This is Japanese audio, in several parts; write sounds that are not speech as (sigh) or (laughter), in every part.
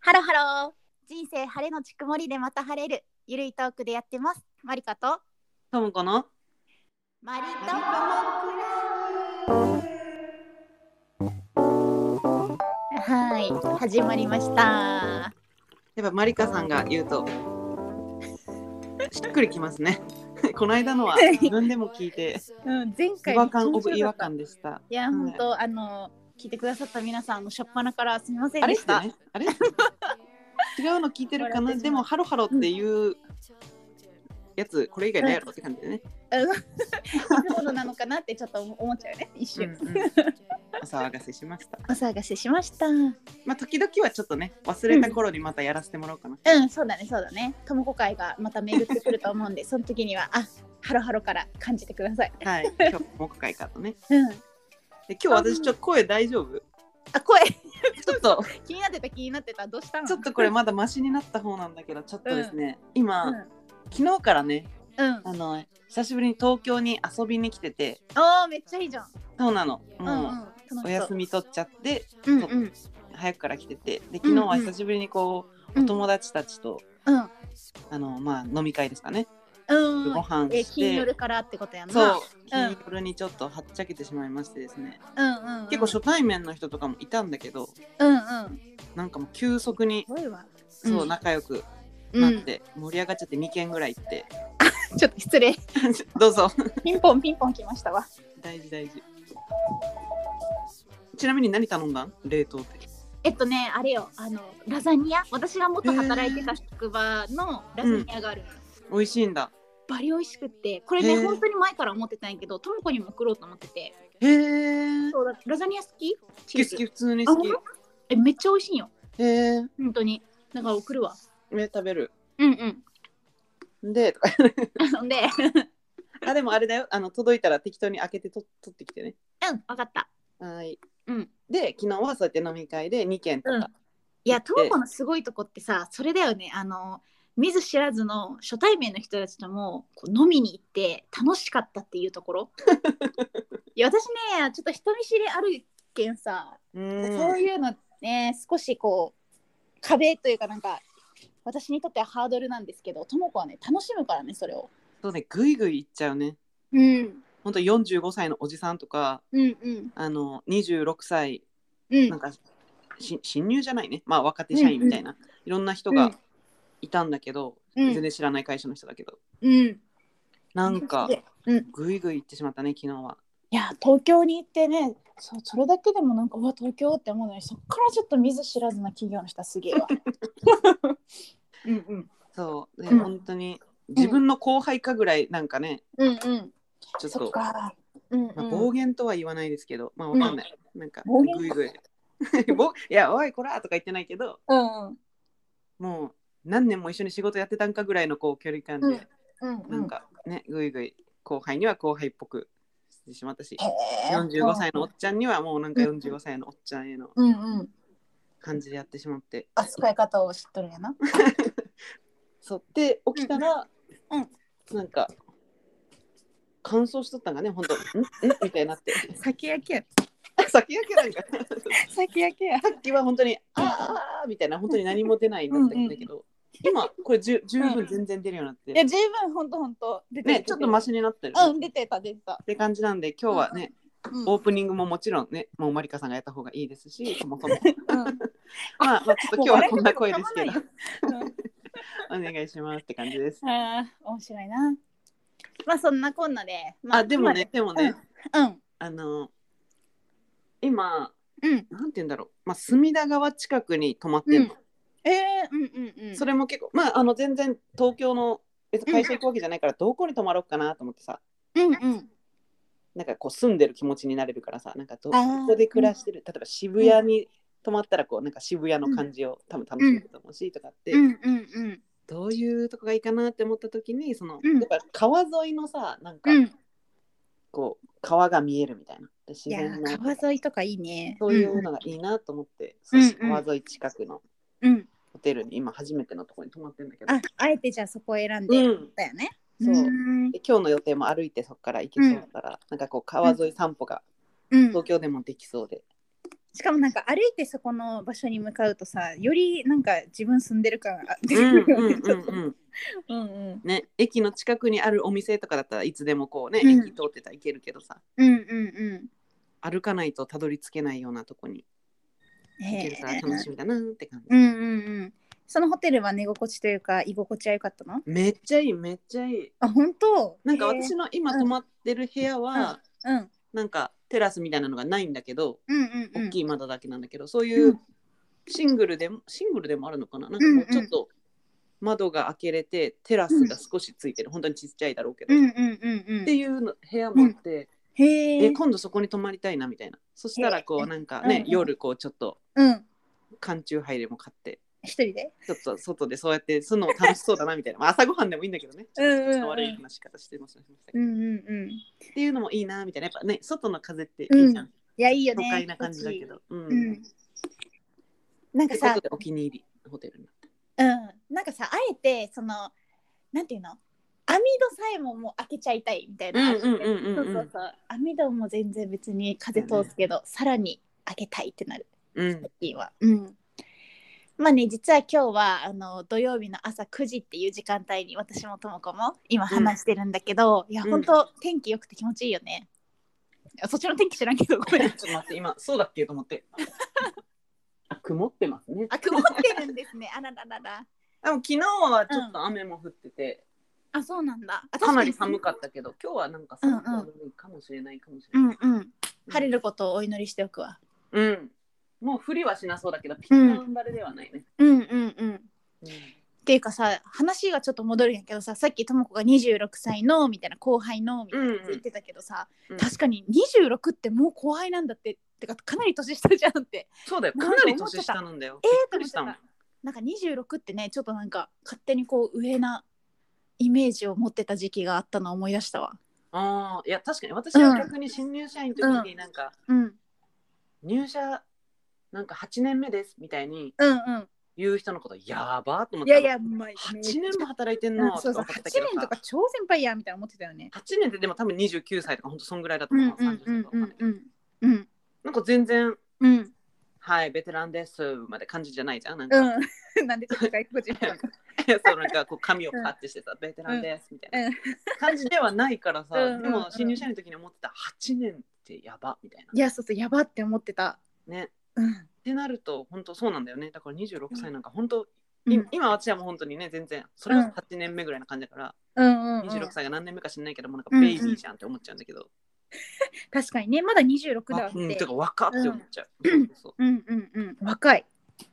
ハローハロー。人生晴れのち曇りでまた晴れる。ゆるいトークでやってます。マリカとトムコのマリトモクラブ。はい、始まりました。やっぱマリカさんが言うとしっくりきますね (laughs) この間の (laughs) は自分でも聞いてうん、前違回和感オブ違和感でしたいや、本当、あの、聞いてくださった皆さん、あの、初っ端からすみませんあれでっしすねた。あれ (laughs) 違うの聞いてるかなでもハロハロっていうやつこれ以外ないやろって感じでね、うんいつものなのかなって、ちょっと思っちゃうよね、一うんう瞬。ん、お騒がせしましたお騒がせしました。まあ時々はちょっとね忘れた頃にまたやらせてもらおうかな、うん、そうだね、そうだね。ともこ会がまた巡ってくると思うんで、その時には、あ、ハロハロから感じてください。はい今日木回かとねうん。で今日私ちょっと声大丈夫あ、声、 (laughs) ちょっと気になってた、気になってた、どうしたのちょっとこれまだマシになった方なんだけどちょっとですね、今、うん。昨日からねうん。あの久しぶりに東京に遊びに来てておー、めっちゃいいじゃん。そうなのうん、うん。もう、楽しそうお休み取っちゃってうん、うん。早くから来ててで昨日は久しぶりにこう、うんお友達たちとうん。あの、まあ、飲み会ですかね、うん。ご飯え、して金夜からってことやんな。そう金曜にちょっとはっちゃけてしまいましてですね、うん、うん、うん。結構初対面の人とかもいたんだけどうん、うん。なんかもう急速にすごいわ。そう、うん仲良くうなっん。て盛り上がっちゃって2件ぐらい行って、 (laughs) ちょっと失礼。どうぞピンポン、ピンポン来ましたわ。大事大事ちなみに何頼んだん冷凍ってえっとね、あれよ、あの、ラザニア、私が元働いてた職場のラザニアがあるの。美味しいんだバリ美味しくってこれへねー本当に前から思ってたんやけどトムコにも送ろうと思っててへえそうだラザニア好き好好き好き普通に好きあえめっちゃ美味しいんよへえ本当にだから送るわえ食べるうんうんで (laughs) とかほんであでもあれだよあの届いたら適当に開けてと取ってきてねうん分かったはーいうんで昨日はそうやって飲み会で2件とか、うんいやトムコのすごいとこってさそれだよねあの見ず知らずの初対面の人たちともこう飲みに行って楽しかったっていうとこ (laughs) ろいや私ねちょっと人見知りあるけんさうそうーんいうのね少しこう壁というかなんか私にとってはハードルなんですけどとも子はね楽しむからねそれを。そうねぐいぐいいっちゃうねうんほんと45歳のおじさんとかうんうんあの26歳うんなんかし新入じゃないねまあ若手社員みたいな、いろんな人うがんいたんだけど、うん全然知らない会社の人だけどうんなんかうんぐいぐい行ってしまったね昨日はいや東京に行ってねそうそれだけでもなんかうわ東京って思うのにそっからちょっと見ず知らずな企業の人はすげえわ。うんうんそうで、うん本当に自分の後輩かぐらいなんかねうんうんちょっそっと、か。うんうまあ、ん、暴言とは言わないですけど、まあわかんない、なんか暴言ぐいぐい (laughs) ぼいやおいこらとか言ってないけどうんうんもう何年も一緒に仕事やってたんかぐらいのこう距離感で、うんうんうなんんかねぐいぐい後輩には後輩っぽくしてしまったしへー45歳のおっちゃんにはもうなんか45歳のおっちゃんへのうんうん感じでやってしまって扱い方を知っとるんやな。そうで起きたら、うんうんなんか乾燥しとったんがね本当んんみたいになって先焼けや (laughs) 先駆けなんか (laughs) 先焼けや。さっきは本当にあーあーみたいな本当に何も出ないんだったんだけど今これ十十分全然出るようになっいてや、十分、ほんとほんと。出てるねちょっとマシになってる、うん、っ出てた、出てた。て感じなんで今日はねうんオープニングももちろんねもうマリカさんがやった方がいいです (laughs) しそもそもうんまあまあちょっと (laughs) 今日はこんな声ですけどもうお願いしますって感じですああ、面白いな。まあ、そんなこんなで。まあでもね。でもね、うん。あの今うん。なんて言うんだろう、まあ、隅田川近くに泊まってんの、ええ、うんうんうん。それ。れも結構まああの全然東京の別に会社行くわけじゃないから、どこに泊まろうかなと思ってさうんうん。なんかこう住んでる気持ちになれるからさなんかどあどーこで暮らしてる、例えば渋谷に泊まったらこうなんか渋谷の感じを多分楽しめると思うし、とかって、うんうんうん。どういうとこがいいかなって思った時にその、うんやっぱ川沿いのさなんかうん。こう川が見えるみたいなで自いや然のー、川沿いとかいいね。そういううんのがいいなと思って、うんそう川沿い近くのうん。ホテルに今初めてのところに泊まってるんだけどあ、あえてじゃあそこを選んうで。ん、だよね。そううんで今日の予定も歩いてそこから行けそうだから、なんかこう川沿い散歩がうん。東京でもできそうで、しかもなんか歩いてそこの場所に向かうとさよりなんか自分住んでる感が出てうんくるうよんねうんうん。うんうんね、 (laughs) 駅の近くにあるお店とかだったらいつでもこうね、うん駅通ってたら行けるけどさうんうん歩かないとたどり着けないようなとこにうん行けるからへえ楽しみだなって感じ、うんうんうんそのホテルは寝心地というか居心地は良かったのめっちゃいいめっちゃいいあ本当なんかへえ私の今泊まってる部屋は、うんなんかテラスみたいなのがないんだけど、うんうんうん大きい窓だけなんだけどそういうシングルでもシングルでもあるのかななんかもうちょっと窓が開けれてテラスが少しついてる、本当にちっちゃいだろうけど、うんうっんうんうんていうの部屋もあって、へええ今度そこに泊まりたいなみたいなそしたらこへうえなんかね、うんうん夜こうちょっとうん缶チューハイでも買って一人でちょっと外でそうやってするのも楽しそうだなみたいな、まあ、朝ごはんでもいいんだけどねちょっとうんうんうんちょっと悪い話し方してますうんうんうんっていうのもいいなみたいなやっぱね外の風っていいじゃん、いやいいよ都ね会な感じだけど、うんうんなんかというこさとでお気に入りのホテルになっうん、なんかさあえてそのなんていうの網戸さえももう開けちゃいたいみたいな、うんうんうんうんうんそうそうそう網戸も全然別に風通すけど、さらに開けたいってなるた、うん、いいわうんまあね実は今日はあの土曜日の朝9時っていう時間帯に私もとも子も今話してるんだけど、いやうん本当、天気良くて気持ちいいよねいやそっちの天気知らんけどごめちょっんと待って、今、そうだっけと思って。あ、曇ってますね。あ曇ってるんですねあららららでも昨日はちょっと雨も降ってて、あそうなんだあかなり寒かっったけど、今日はなんか寒くなるかもしれないかもしれうない。んうん晴れることをお祈りしておくわうん。もう降りはしなそうだけど、ピンンバレではないね。うんうんうん。っうんていうかさ話がちょっと戻るんやけどささっきとも子が26歳のみたいな後輩のみたいなこと言ってたけどさ、うんうん確かに26ってもう後輩なんだってってかかなり年下じゃんってそうだよ、なかんかなり年下なんだよ。びっくりしたもんえーと思ってなんか26ってねちょっとなんか勝手にこう上なイメージを持ってた時期があったのを思い出したわ。ああ、いや、確かに私は逆に新入社員の時になんか、うん、入社なんか8年目ですみたいにうん、うん言う人のこと、やばーと思いって。やいや、まあ、 8年も働いてんうんのそうそうと8か思ってたけどさ年とか超先輩やみたいな思ってたよね。 8年ってでも多分29歳とかほんとそんぐらいだとうんう思んうう、ん30う歳んとうんうかわかんないけどんうんなんか全然うん「はいベテランです」まで感じじゃないじゃんなんか、うん。 (laughs) なんでちょっと外国人っぽい (laughs) の (laughs) そうなんかこう髪をカッてしてさ「ベテランです」みたいなうん感じではないから (laughs) さ、うんでも新入社員の時に思ってた8年ってやばみたいないやそうそうやばって思ってた。ねうんってなると本当そうなんだよねだから26歳なんか本当、ういん今私はもう本当にね全然それは8年目ぐらいな感じだから、うんうん、 26歳が何年目か知んないけどもうなんかベイビーじゃんって思っちゃうんだけど、確かにねまだ26あだって、うん、てか若って思っちゃう、そうそううんうんうん若いそ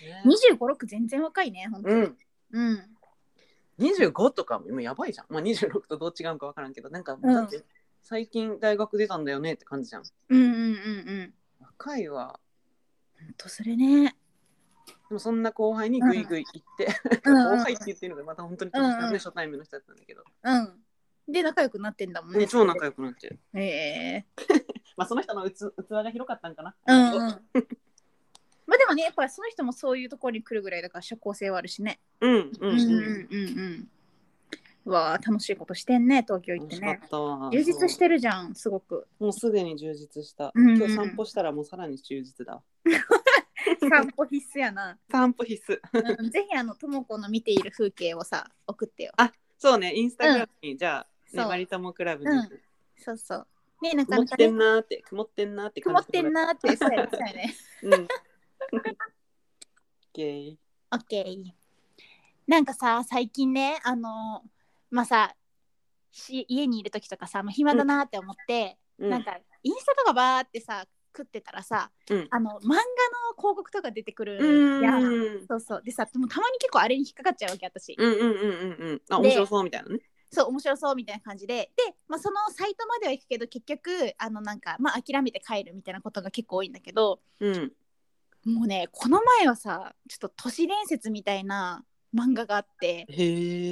うね2 5六6全然若いね本当うにんうん、 25とかも今やばいじゃん、まあ、26とどう違うんか分からんけどなんかうんだって最近大学出たんだよねって感じじゃんうん、うんうんうん若いわほんとそれ (laughs) ねでもそんな後輩にグイグイ行って、うんうん (laughs) 後輩って言ってるのがまた本当に年下のうんうんね初対面の人だったんだけど、うんで仲良くなってんだもんね、超仲良良くなってるくええまあその人の器器が広かったんかな、うんうんまあでもねやっぱりその人もそういうところに来るぐらいだから社交性はあるしねうんうんううんうんうんうんわあ楽しいことしてんね東京行っ楽てしかっねたわ充実してるじゃんすごくもうすでに充実した、うんうん今日散歩したらもうさらに充実だ散歩必須やな散歩必須うんぜひあのともこの見ている風景をさ送ってよ。そうねインスタグラムに、じゃあ、ね、そうマリタモクラブに、うんそうそう。ねなか曇っなかてねんなーって曇ってんなーって曇ってんーなーってそうやねそうやね。うん。 (laughs) ゲイ。オッケー。なんかさ最近ねあのまあさし家にいる時とかさ、まあ、暇だなーって思って、なんかインスタとかバーってさ食ってたらさ、うんあの漫画の広告とか出てくうるん。や。うんんそうそうでさでもたまに結構あれに引っかかっちゃうわけ私、うんうんうんうん。あ、で面白そうみたいなね。そう面白そうみたいな感じでで、まあ、そのサイトまでは行くけど結局あのなんか、まあ、諦めて帰るみたいなことが結構多いんだけど、うん。もうねこの前はさちょっと都市伝説みたいな漫画があってへ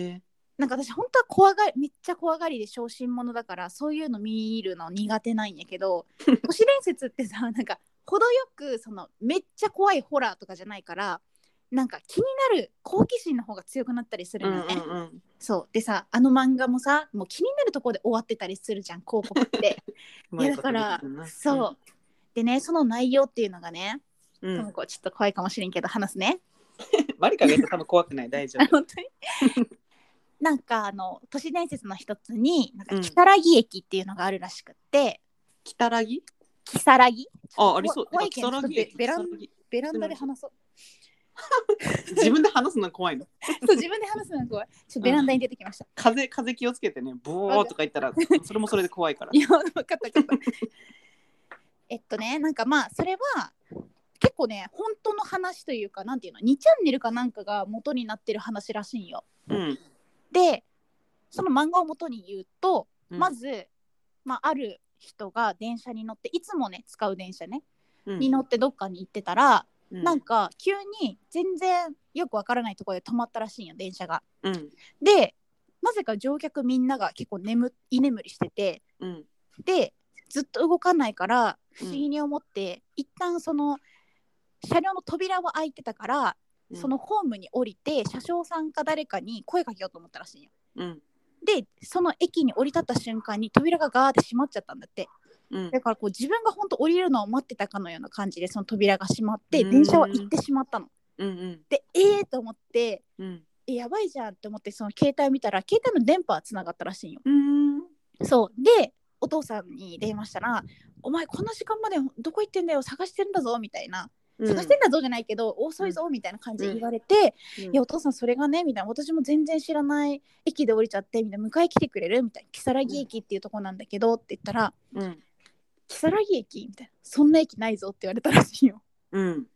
え。なんか私本当は怖がりめっちゃ怖がりで小心者だからそういうの見るの苦手なんやけ (laughs) ど都市伝説ってさなんか程よくそのめっちゃ怖いホラーとかじゃないからなんか気になる好奇心の方が強くなったりするうんのうんよね。うん。そうでさあの漫画もさ (laughs) もう気になるところで終わってたりするじゃん広告って。いやだからそうでねその内容っていうのがね、うともん、こちょっと怖いかもしれんけど話すね。マリカが言ったら多分怖くない大丈あ (laughs) 夫。本当になんかあの都市伝説の一つになんかうん如月駅っていうのがあるらしくって、北らぎ如月あ、ありそう。怖いけど北らぎちょっとベベラン北らぎベランダで話そう。自分で話すの怖いの。 (laughs) そう自分で話すのが怖い。ちょっとベランダに出てきました。風風気をつけてね、ボーとか言ったら、それもそれで怖いから。 (laughs) いや分かった分かった。 (laughs) えっとねなんかまあそれは結構ね本当の話というかなんていうの2チャンネルかなんかが元になってる話らしいんよ。うん。でその漫画を元に言うと、うんま、ず、まあ、ある人が電車に乗っていつもね使う電車ね、うんに乗ってどっかに行ってたら、うんなんか急に全然よくわからないところで止まったらしいんよ電車が。うん。でなぜか乗客みんなが結構眠居眠りしててうん。でずっと動かないからう不ん思議に思って、一旦その車両の扉は開いてたから、その、ホームに降りて車掌さんか誰かに声かけようと思ったらしいんよ。うん。でその駅に降り立った瞬間に扉がガーって閉まっちゃったんだってうんだ。からこう自分が本当降りるのを待ってたかのような感じでその扉が閉まってうん電車は行ってしまったのうん。でええー、と思ってうん。えやばいじゃんって思ってその携帯見たら携帯の電波はつながったらしいんようん。そうでお父さんに電話したら「お前こんな時間までどこ行ってんだよ探してんだぞ」みたいな「探してんだぞ」じゃないけど「遅いぞ」みたいな感じで言われて、うんいやお父さんそれがねみたいな私も全然知らない駅で降りちゃってみたいな迎え来てくれるみたいな「如月駅っていうとこなんだけど」って言ったらうん。 「如月駅?」みたいな「そんな駅ないぞ」って言われたらしいよ。うん。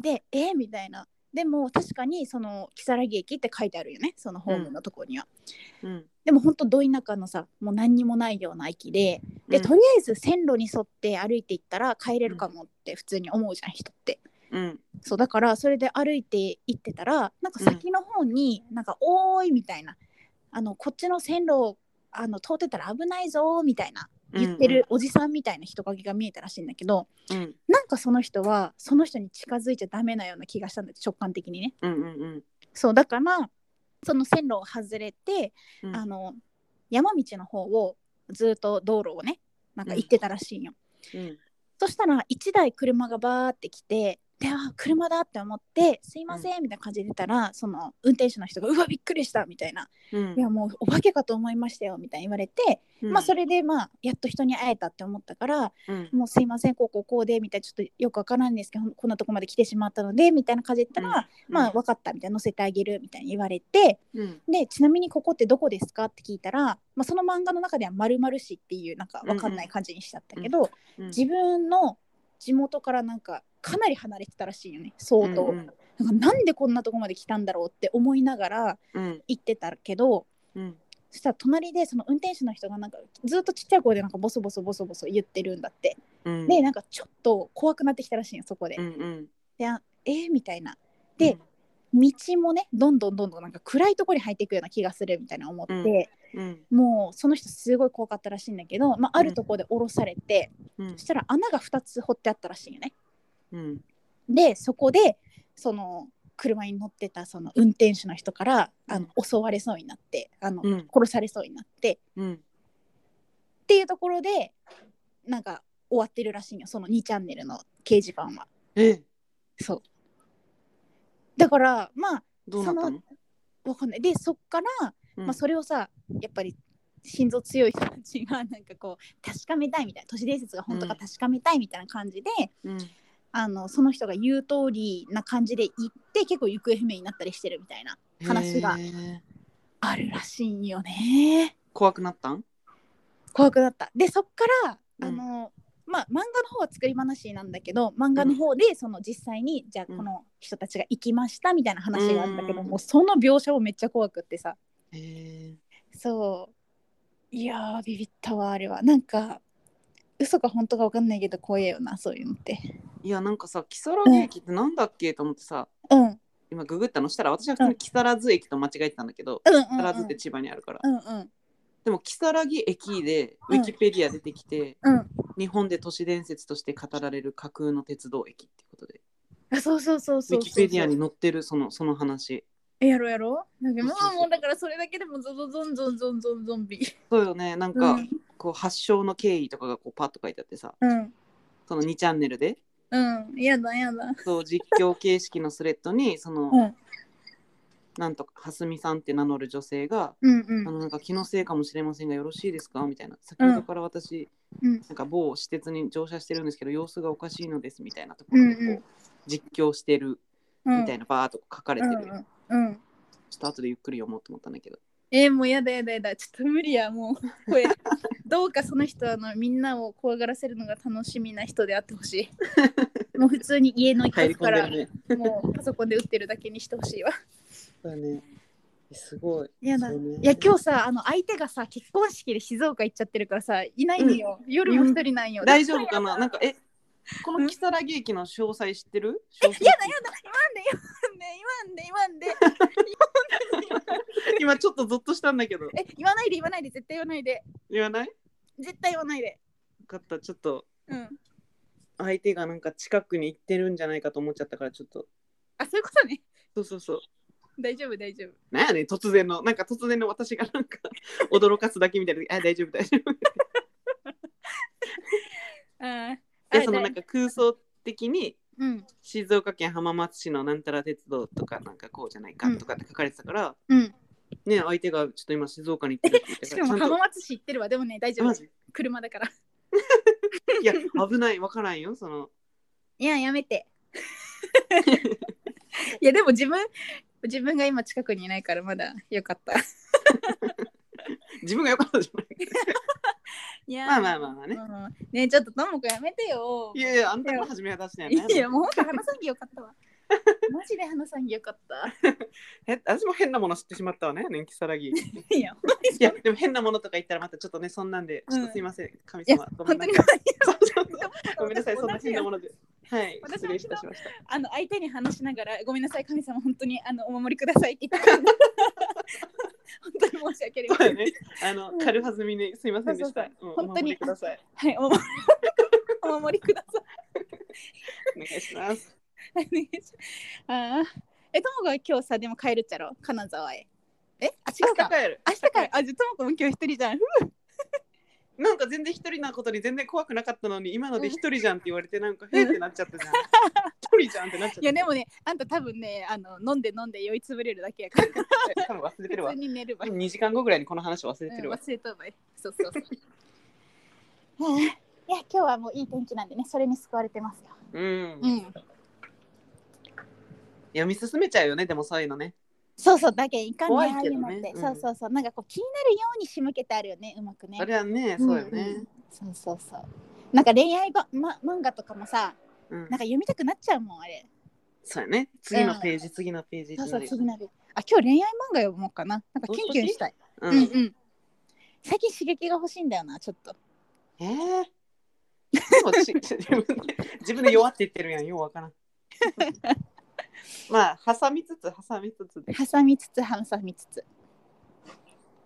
で「えみたいな。でも確かにその「如月駅」って書いてあるよねそのホームのとこには。うん。でもほんとど田舎のさもう何にもないような駅でで、とりあえず線路に沿って歩いていったら帰れるかもって普通に思うじゃん人って。うん。そうだからそれで歩いて行ってたらなんか先の方になんか「おーい」みたいな、あのこっちの線路をあの通ってたら危ないぞーみたいな言ってるおじさんみたいな人影が見えたらしいんだけど、うん。なんかその人はその人に近づいちゃダメなような気がしたんだって直感的にね。うん。うん。そうだからその線路を外れて、うん。あの山道の方をずっと道路をねなんか行ってたらしいんよ。うん。そしたら1台車がバーって来てであ車だって思って「すいません」みたいな感じで出たら、その運転手の人が「うわびっくりした」みたいなう「んいやもうお化けかと思いましたよ」みたいな言われて、まあそれ。れでまあやっと人に会えたって思ったからうん「もうすいませんこうこうこうで」みたいなちょっとよくわからないんですけどこんなとこまで来てしまったのでみたいな感じで言ったら「まあ分かった」みたいな乗せてあげるみたいに言われてうん。でちなみにここってどこですかって聞いたら、まあ、その漫画の中では「まる市」っていうなんかわかんない感じにしちゃったけど、自分の地元からなんかかなり離れてたらしいよね相当、うんなんかなんでこんなとこまで来たんだろうって思いながらうん。行ってたけどうん。そしたら隣でその運転手の人がなんかずっとちっちゃい声でなんかボソボソボソボソ言ってるんだって、うん。でなんかちょっと怖くなってきたらしいよそこで、うん。うん。であえー、みたいなで、道もねどんどんどんどんなんか暗いところに入っていくような気がするみたいな思って、うん。もうその人すごい怖かったらしいんだけど、まあ、あるところで降ろされて、うんそし。たら穴が2つ掘ってあったらしいよねうん。でそこでその車に乗ってたその運転手の人からあの襲われそうになってあの、うん殺されそうになってうん。っていうところでなんか終わってるらしいよその2チャンネルの掲示板はえ、そうだからまあどうなったの？わかんないでそっから、まあ、それをさやっぱり心臓強い人たちが (laughs) なんかこう確かめたいみたいな都市伝説が本当か確かめたいみたいな感じで、うん。あのその人が言う通りな感じで行って結構行方不明になったりしてるみたいな話があるらしいんよね怖くなったん？怖くなったでそっから、うんあのまあ漫画の方は作り話なんだけど漫画の方でその実際に、じゃあうんこの人たちが行きましたみたいな話があったけど、うんもうその描写もめっちゃ怖くってさへえ。そういやービビったわあれはなんか嘘か本当か分かんないけど怖えよなそういうのっていやなんかさ、木更津駅ってなんだっけと思ってさ、うんうん今ググったのしたら私は普通に木更津駅と間違えてたんだけど、うんうん木更津っうて千葉にあるから。んうんでも木更津駅でウうんィキペディア出てきて、うん日本で都市伝説として語られる架空の鉄道駅ってことで、あそうそうそうそうそうそうウィキペディアに載ってるそのその話。えやろやろなんかもそうそううそうもうだからそれだけでもゾゾゾンゾンゾンゾンゾンビ。そうよね、なんか、うんこう発祥の経緯とかがこうパッと書いてあってさ、うんその2チャンネルでうん、やだやだ。そう実況形式のスレッドにその、うんなんとか蓮見さんって名乗る女性がうん「あのなんか気のせいかもしれませんがよろしいですか?」みたいな先ほどから私、うんなんか某施設に乗車してるんですけど様子がおかしいのですみたいなところでこう、うんうん実況してるうん。みたいなバーっと書かれてる、うんちうょっんうん。と後でゆっくり読もうと思ったんだけどえーもうやだやだやだ。ちょっと無理や、もう。 (laughs) これどうかその人はあのみんなを怖がらせるのが楽しみな人であってほし (laughs) い。もう普通に家の一入り角込かんでらるねもうパソコンで打ってるだけにしてほしいわ。そうだねすごいやだそうねいや今日さあの相手がさ結婚式で静岡行っちゃってるからさいないのよ、夜も一人なんよ、 (laughs) 大丈夫かななんかえこの如月駅の詳細知ってる詳細やだやだ言わんで言わんで言わんで言わんで言わんで今ちょっとゾッとしたんだけどえ言わないで言わないで絶対言わないで言わない絶対言わないでよかったちょっとうん相手がなんか近くに行ってるんじゃないかと思っちゃったからちょっとあそういうことねそうそうそう大丈夫大丈夫なんやねん突然のなんか突然の私がなんか (laughs) 驚かすだけみたいなあ大丈夫大丈夫あーえそのなんか空想的にうん静岡県浜松市のなんたら鉄道とかなんかこうじゃないかとかって書かれてたから、うんね相手がちょっと今静岡に行ってるって言ってしたかからもちゃん浜と松市行ってるわでもね大丈マ夫ジ車だからいや危ないわからんよそのいややめて (laughs) いやでも自分自分が今近くにいないからまだよかった自分が良かったじゃないいやまあまあまあまあね。うんねちょっとともこやめてよい。やいや、あんたも初めは出したよいね。や、もう本当花さんぎよか (laughs) ったわ。マジで花さんぎよかった。へ私も変なもの知ってしまったわね、年季 (laughs) さらぎ。いいや、や、でも変なものとか言ったらまたちょっとね、そんなんで、ちょっとすいません、神いや様。ご本めん当なにさい。そう (laughs) そうそうごごめん (laughs) なさい、そんな変なももので。はい、私も失礼いたしました。あの相手に話しながら、ごめんなさい、神様、本当にあのお守りくださいって言ったか (laughs) ら。本当に申し訳ありそませうだん。ね。あのう、ん軽はずみですいませんでした。ううん本当にお守りください。はい、お守り (laughs) お守りくださお願いします。い。お願いします (laughs) ああ。え、ともこは今日さ、でも帰るっちゃろ、金沢へ。え、あ、違明うか日。帰る。明日帰る。あ、じゃあともこも今日一人じゃん。 (laughs) なんか全然一人なことに全然怖くなかったのに、今ので一人じゃんって言われて、なんか、うんへーってなっちゃったじゃん。一人じゃんってなっちゃった。いや、でもね、あんた多分ね、あの飲んで飲んで酔いつぶれるだけやから。多分忘れてる普わ通。に寝るわ。 2時間後ぐらいにこの話忘れうんてるわ。忘れたわよ。そうそうそう。 (laughs) はいいや、今日はもういい天気なんでね、それに救われてますよ。うんう。ん。読み進めちゃうよねでもそういうのねそうそう、だけどいかん怖ね、いああけいどうねのって。うんそうそうそう、なんかこう気になるように仕向けてあるよね、うまくねそ。れはねそうよんねんそうそうそう。なんか恋愛ば、ま、漫画とかもさ、うんなんか読みたくなっちゃうもん、あれ。そうやね次のページ次のページそうそう、って次ななる。あ、今日恋愛漫画読もうかな。なんかキュンキュンしたい。うんうるよん。最近刺激が欲しいんだよな、ちょっと。うんえーで (laughs) も私自分で自分で弱って言ってるやんようわからんまあ挟みつつ挟みつつで挟みつつ、挟みつつ。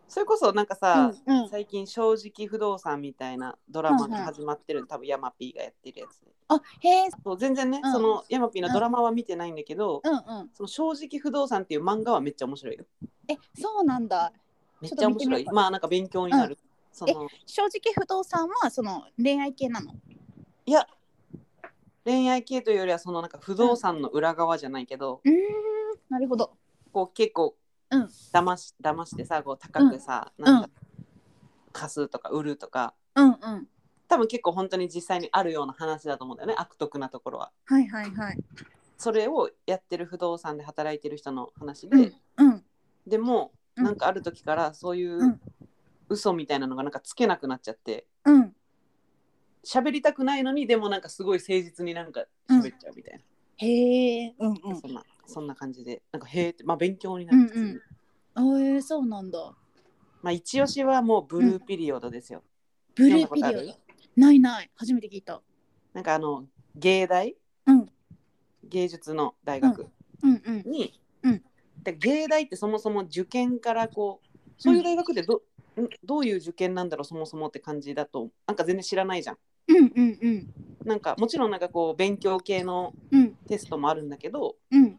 それこそなんかさ、うんうん最近「正直不動産」みたいなドラマが始まってる、多分ヤマピーがやってるやつあ、へえ、そう全然ね、うんそのヤマピーのドラマは見てないんだけど、うんうん。その正直不動産っていう漫画はめっちゃ面白いよえ、そうなんだ。めっちちょゃ面白っと見てみよういかなまあなんか勉強になる、その正直不動産はその恋愛系なの。いや恋愛系というよりはそのなんか不動産の裏側じゃないけど、うん、なるほど。こう結構うん騙し騙してさこう高くさ、んなんか貸すとか売るとかうんうん。多分結構本当に実際にあるような話だと思うんだよね悪徳なところは。はいはいはい。それをやってる不動産で働いてる人の話で、うんうんでもうんなんかある時からそういううん嘘みたいなのがなんかつけなくなっちゃってうん。喋りたくないのにでもなんかすごい誠実になんか喋っちゃうみたいな。へえ。うんうん。そんなそんな感じでなんかへえってまあ勉強になうる、んうん。あえー、そうなんだ。まあ一押しはもうブルーピリオドですよ、ブルーピリオド。ないない。初めて聞いた。なんかあの芸大、うん芸術の大学うんうん。に、うんで芸大ってそもそも受験からこうそういう大学ってど,、ん、どういう受験なんだろうそもそもって感じだとなんか全然知らないじゃんうんうんうん。なんかもちろんなんかこう勉強系のうんテストもあるんだけどうん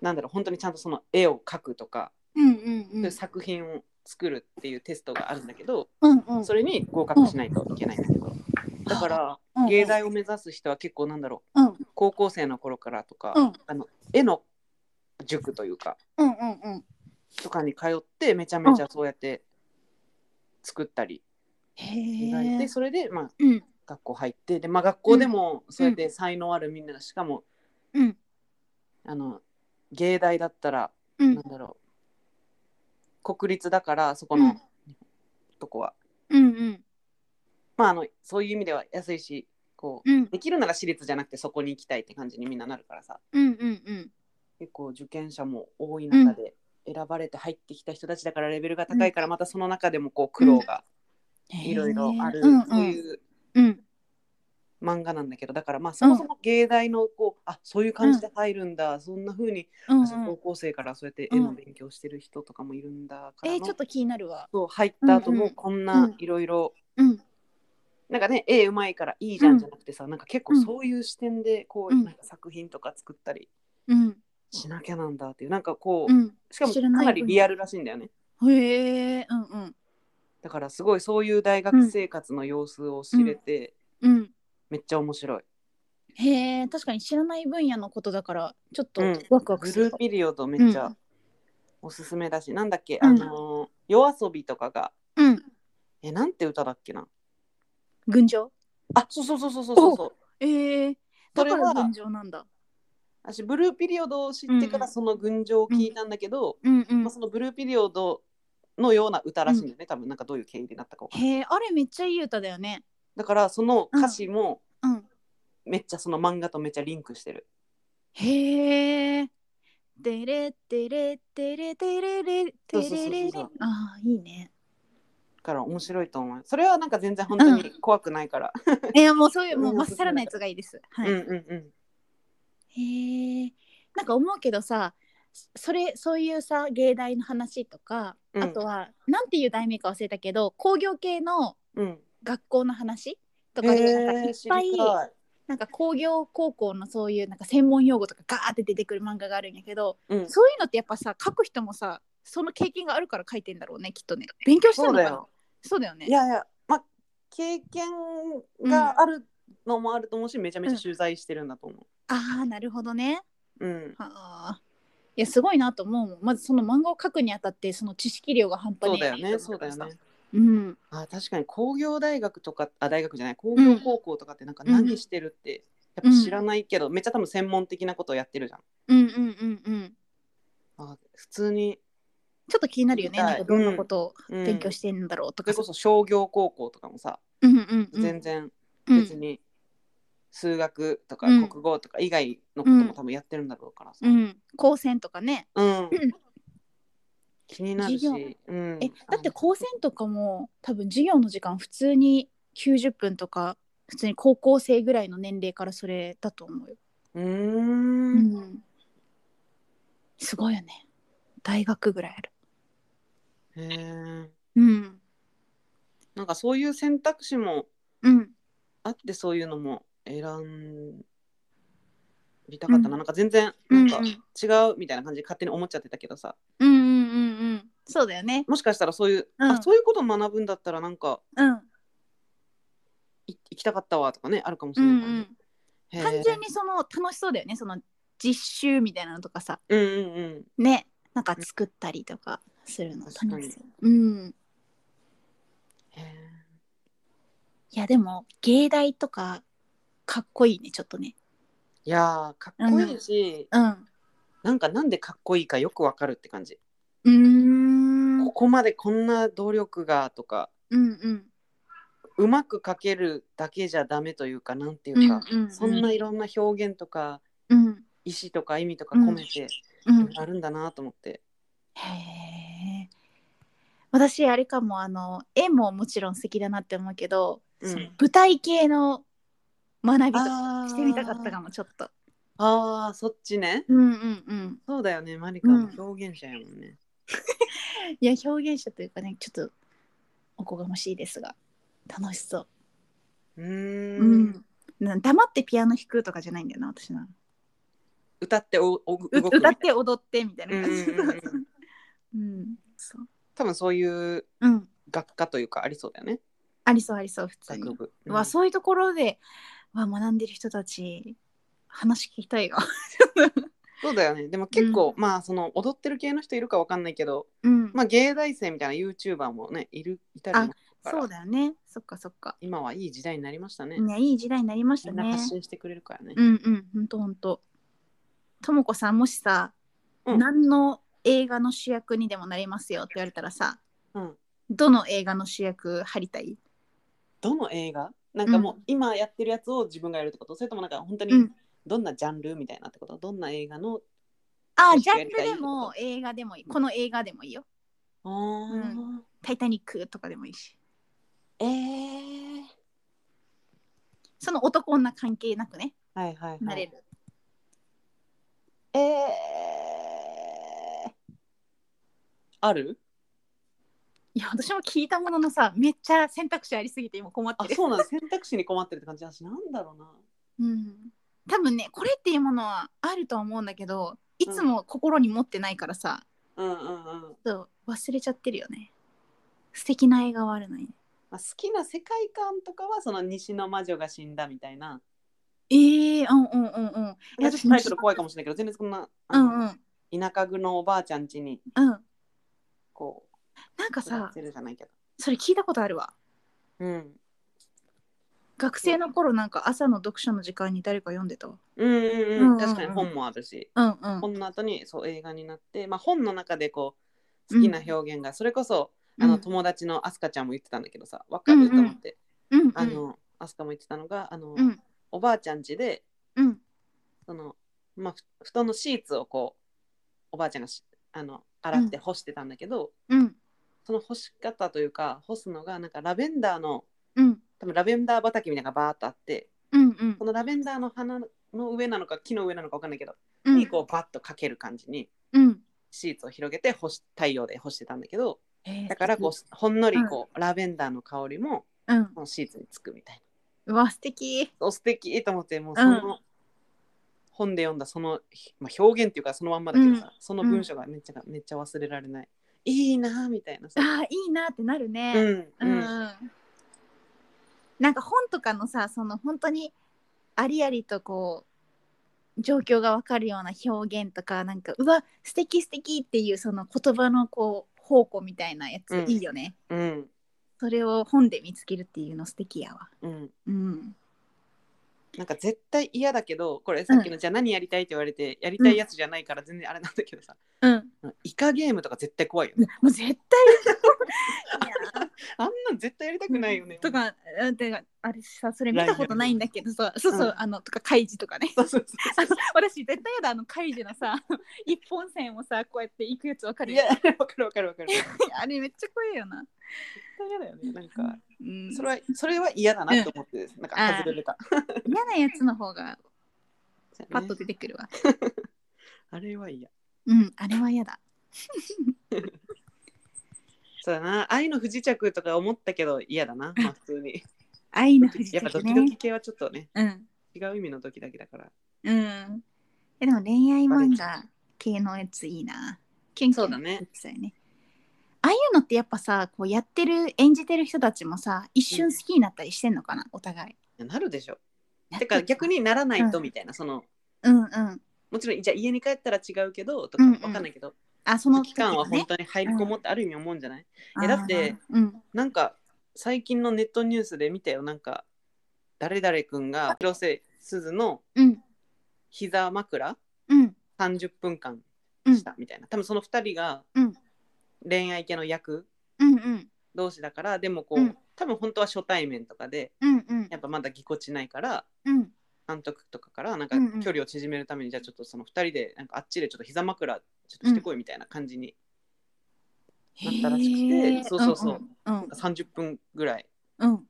なんだろう本当にちゃんとその絵を描くとか、うんうんうそうんいう。作品を作るっていうテストがあるんだけど、うんうん。それに合格しないといけないんだけど、だからうんうん芸大を目指す人は結構なんだろううん高校生の頃からとか、うんあの絵の塾というかうんうんうんとかに通ってめちゃめちゃそうやって作ったり、へでえそれでまあうん学校入ってで、まあ、学校でもそうやって才能あるみんながしかもうんあの芸大だったらうなんんだろう国立だからそこうのんとこは、うんうんまああのそういう意味では安いしこううんできるなら私立じゃなくてそこに行きたいって感じにみんななるからさうんうんうん結構受験者も多い中で選ばれて入ってきた人たちだからレベルが高いからまたその中でもこう苦労がいろいろある、へえうんうそういんううん漫画なんだけどだからまあそもそも芸大のこうあそういう感じで入るんだ、そんな風に、うんうあ高ん校生からそうやって絵の勉強してる人とかもいるんだからえーの、ちょっと気になるわそう入った後うんうもんこんうなんいろいろうんなんかね絵うまいからいいじゃうんんじゃなくてさ、なんか結構そういう視点でこう、うんなんか作品とか作ったりうんしなきゃなんだっていうなんかこう、うんしかも知らないかなりリアルらしいんだよねへえうんうんだからすごいそういう大学生活の様子を知れて、うんめっちゃ面白い、へえ確かに知らない分野のことだからちょっとうんワクワクグすルるーピリオドめっちうゃんおすすめだし、なんだっけうあんのー夜遊びとかがうんえなんて歌だっけな群青あそうそうそうそうそうそうそうええだそれかはら群青なんだ私ブルーピリオドを知ってからその群青を聞いたんだけど、うんうんまあ、そのブルーピリオドのような歌らしいんだよね、多分なんかどういう経緯になったかわかんないへえあれめっちゃいい歌だよねだからその歌詞もうんめっちゃその漫画とめっちゃリンクしてる、へえ。てれてれてれてれれそうてそうそうれそれれ。うああ、いいね。だから面白いと思うそれはなんか全然本当に怖くないから、いや、もうそう (laughs) いう、もううんまっさらなやつがいいです。うん、はい。うんうんへえ。なんか思うけどさ。それ、そういうさ、芸大の話とか、うんあとは、なんていう題名か忘れたけど、工業系のうん学校の話。とかで、なんかいえっー、知りぱたいいなんか工業高校のそういうなんか専門用語とかガーって出てくる漫画があるんやけど、うん、そういうのってやっぱさ書く人もさその経験があるから書いてんだろうねきっとね勉強してそるうのかだなよそうだよねいやいやまあ経験があるのもあると思うし、めちゃめちゃ取材してるんだと思ああなるほどねううんああいやすごいなと思うもんまずその漫画を書くにあたってその知識量が半端そねうえだよねなとそ思うだからよさねうんあ確かに工業大学とかあ大学じゃない工業高校とかってなんか何してるって、うんやっぱ知らないけど、めっちゃ多分専門的なことをやってるじゃん。うんうんうんうんあ普通に、ちょっと気になるよね見たないんかどんなことをうん、勉強してんだろうとそかれさこそ商業高校とかもさ、うんうんうん全然うん別に数学とかうん国語とか以外のことも多分やってるんだろうからさ、うん高専とかねうんん気になるし、授うん、えだって高専とかも多分授業の時間普通に90分とか普通に高校生ぐらいの年齢からそれだと思うよ、うーんうんすごいよね大学ぐらいあるへーうんなんかそういう選択肢もうんあってそういうのも選びたかったな、うなんか全然うなんんか違うみたいな感じで勝手に思っちゃってたけどさうんうんうんうんそうだよねもしかしたらそういう、うんあそういうことを学ぶんだったらなんかうんい行きたかったわとかねあるかもしうれんないうからね、んへー単純にその楽しそうだよねその実習みたいなのとかさうんうんうんねなんか作ったりとかするの確か楽にしそううんへいやでも芸大とかかっこいいねちょっとねーいやーかっこいいし、うんなんかなんでかっこいいかよくわかるって感じ、うーんここまでこんな努力がとかうんうんうまく書けるだけじゃダメというかなんてういうんか、うんそんないろんな表現とかうん意思とか意味とか込めてうんあるんだなと思って、へえ私あれかもあの絵ももちろん素敵だなって思うけど、うんその舞台系の学びとかあーしてみたかったかもちょっとあーそっちねうんうんうんそうだよねマリカうんも表現者やもんね、いや表現者というかねちょっとおこがましいですが楽しそうううーんん、な黙ってピアノ弾くとかじゃないんだよな私な歌っておお動くみたい歌って踊ってみたいな感じうんうんうん (laughs) うんそう多分そういううん学科というかありそうだよねありそうありそう普通に学部。うんわそういうところでわ学んでる人たち話聞きたいがそうだよね。でも結構、まあその踊ってる系の人いるかわかんないけど、うん、まあ芸大生みたいな YouTuber もね、いる、いたりもするからそうだよねそっかそっか今はいい時代になりましたね。ねいい時代になりましたみんなね発信してくれるからね。うんうんほんとほんとともこさんもしさ、うん何の映画の主役にでもなりますよって言われたらさうんどの映画の主役張りたいどの映画なんかもう今やってるやつを自分がやるってことそれともなんか本当うにんどんなジャンルみたいなってことどんな映画のあー主ジャン役ルでも映画でもいいこの映画でもいいよあん「タイタニック」とかでもいいしーえーその男女関係なくねはいはいはい。なれる、えーあるいや私も聞いたもののさめっちゃ選択肢ありすぎて今困っあてるそうなの選択肢に困ってるって感じだしなんだろうな。うん、多分ねこれっていうものはあるとは思うんだけどいつも心に持ってないからさ、うんうんうんちょっと忘れちゃってるよね素敵な映画はあるのにまあ、好きな世界観とかはその西の魔女が死んだみたいな。ええうんうんうんうんいや私タイトル怖いかもしれないけど全然そんな、うあのんうん田舎ぐのおばあちゃん家にうんこうなんか暮らさせるじゃないけど。それ聞いたことあるわうん学生の頃なんか朝の読書の時間に誰か読んでたわうんううんんうんううんん、確かに本もあるし、うんうん本の後にそう映画になって、まあ、本の中でこう好きな表現が、それこそあの友達のアスカちゃんも言ってたんだけどさわかると思って、うんうんあのアスカも言ってたのがあの、うんおばあちゃん家でうんその、まあ、ふ布団のシーツをこうおばあちゃんがしあの洗って干してたんだけど、うんその干し方というか干すのがなんかラベンダーのうん多分ラベンダー畑みたいなのがバーっとあってうんうんこのラベンダーの花の上なのか木の上なのかわかんないけど、うんにこうバッとかける感じにうんシーツを広げて干し太陽で干してたんだけどえーだからこうほんのりこう、ラベンダーの香りもうんこのシーツにつくみたいな。うわ素敵お素敵と思ってもうその、うん本で読んだその、まあ、表現っていうかそのまんまだけどさ、うその文章がめっちゃ、めっちゃ忘れられないいいなぁみたいなさ、あーいいなってなるねうんううんんうんなんか本とかのさその本当にありありとこう状況がわかるような表現とかなんかうわ素敵素敵っていうその言葉のこう宝庫みたいなやつ、うんいいよねうんそれを本で見つけるっていうの素敵やわうんうんなんか絶対嫌だけどこれさっきの、じゃあ何やりたいって言われてやりたいやつじゃないから全然あれなんだけどさ、うんイカゲームとか絶対怖いよねもう絶対いやあんなん絶対やりたくないよね、とかうんてかあれさそれ見たことないんだけどさそうそう、うんあのとか開示とかね (laughs) そうそうあその私絶対やだあのカイジのさ (laughs) 一本線をさこうやって行くやつわかうるいやわかるわかるわかる絶 (laughs) あれめっちゃ怖いよな、対嫌だよねなんかうん、それはそれは嫌だなと思ってです、なんか外れた、嫌なやつの方がパッとね出てくるわ、あれは嫌うんあれは嫌だそうだな愛の不時着とか思ったけど嫌だな、まあ、普通に愛の不時やっぱド着キドねキ系はちょっとねうん違う意味のドキドキだからうんえでも恋愛漫画系のやついいなキュンキュンそうだねそうよねああいうのってやっぱさこうやってる演じてる人たちもさ一瞬好きになったりしてんのかな、お互いなるでしょてか逆にならないとみたいな、そのうんうんもちろんじゃあ家に帰ったら違うけどとかうんうんわかんないけど、あその期間は時の本ね当に入りこもってある意味思うんじゃない、えだってあーうんなんか最近のネットニュースで見たよなんか誰々君が広瀬すずのうん膝枕うん30分間うんしたみたいな、多分その2人がうん恋愛系の役うんうん同士だからでもこう、うん多分本当は初対面とかでうんうんやっぱまだぎこちないからうん監督とかからなんかうんうん距離を縮めるために、じゃあちょっとその2人でなんかあっちでちょっと膝枕ちょっとしてこいみたいな感じに、なったらしくてへーそうそうそうう。んうん30分ぐらいうん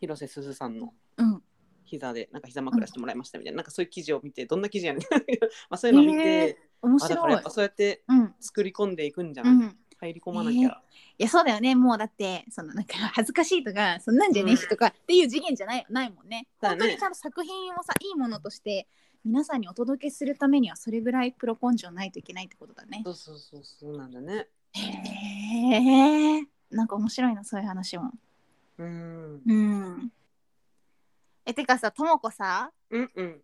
広瀬すずさんのうん。膝でなんか膝枕してもらいましたみたいな,、なんかそういう記事を見てどんな記事やねん (laughs) まあそういうのを見て、面あだから白やいっぱ。そうやってうん。作り込んでいくんじゃうない、ん。入り込まなきゃ、いや、そうだよね。もうだって、そのなんか (laughs) 恥ずかしいとか、そんなんじゃねえしとかっていう次元じゃない、ないもんね。そう本だね当にちゃんと作品をさ、いいものとして。皆さんにお届けするためには、それぐらいプロ根性ないといけないってことだね。そうそうそうそうなんだねへえ。なんか面白いな、そういう話も。うんうん。えてかさともこさうんうん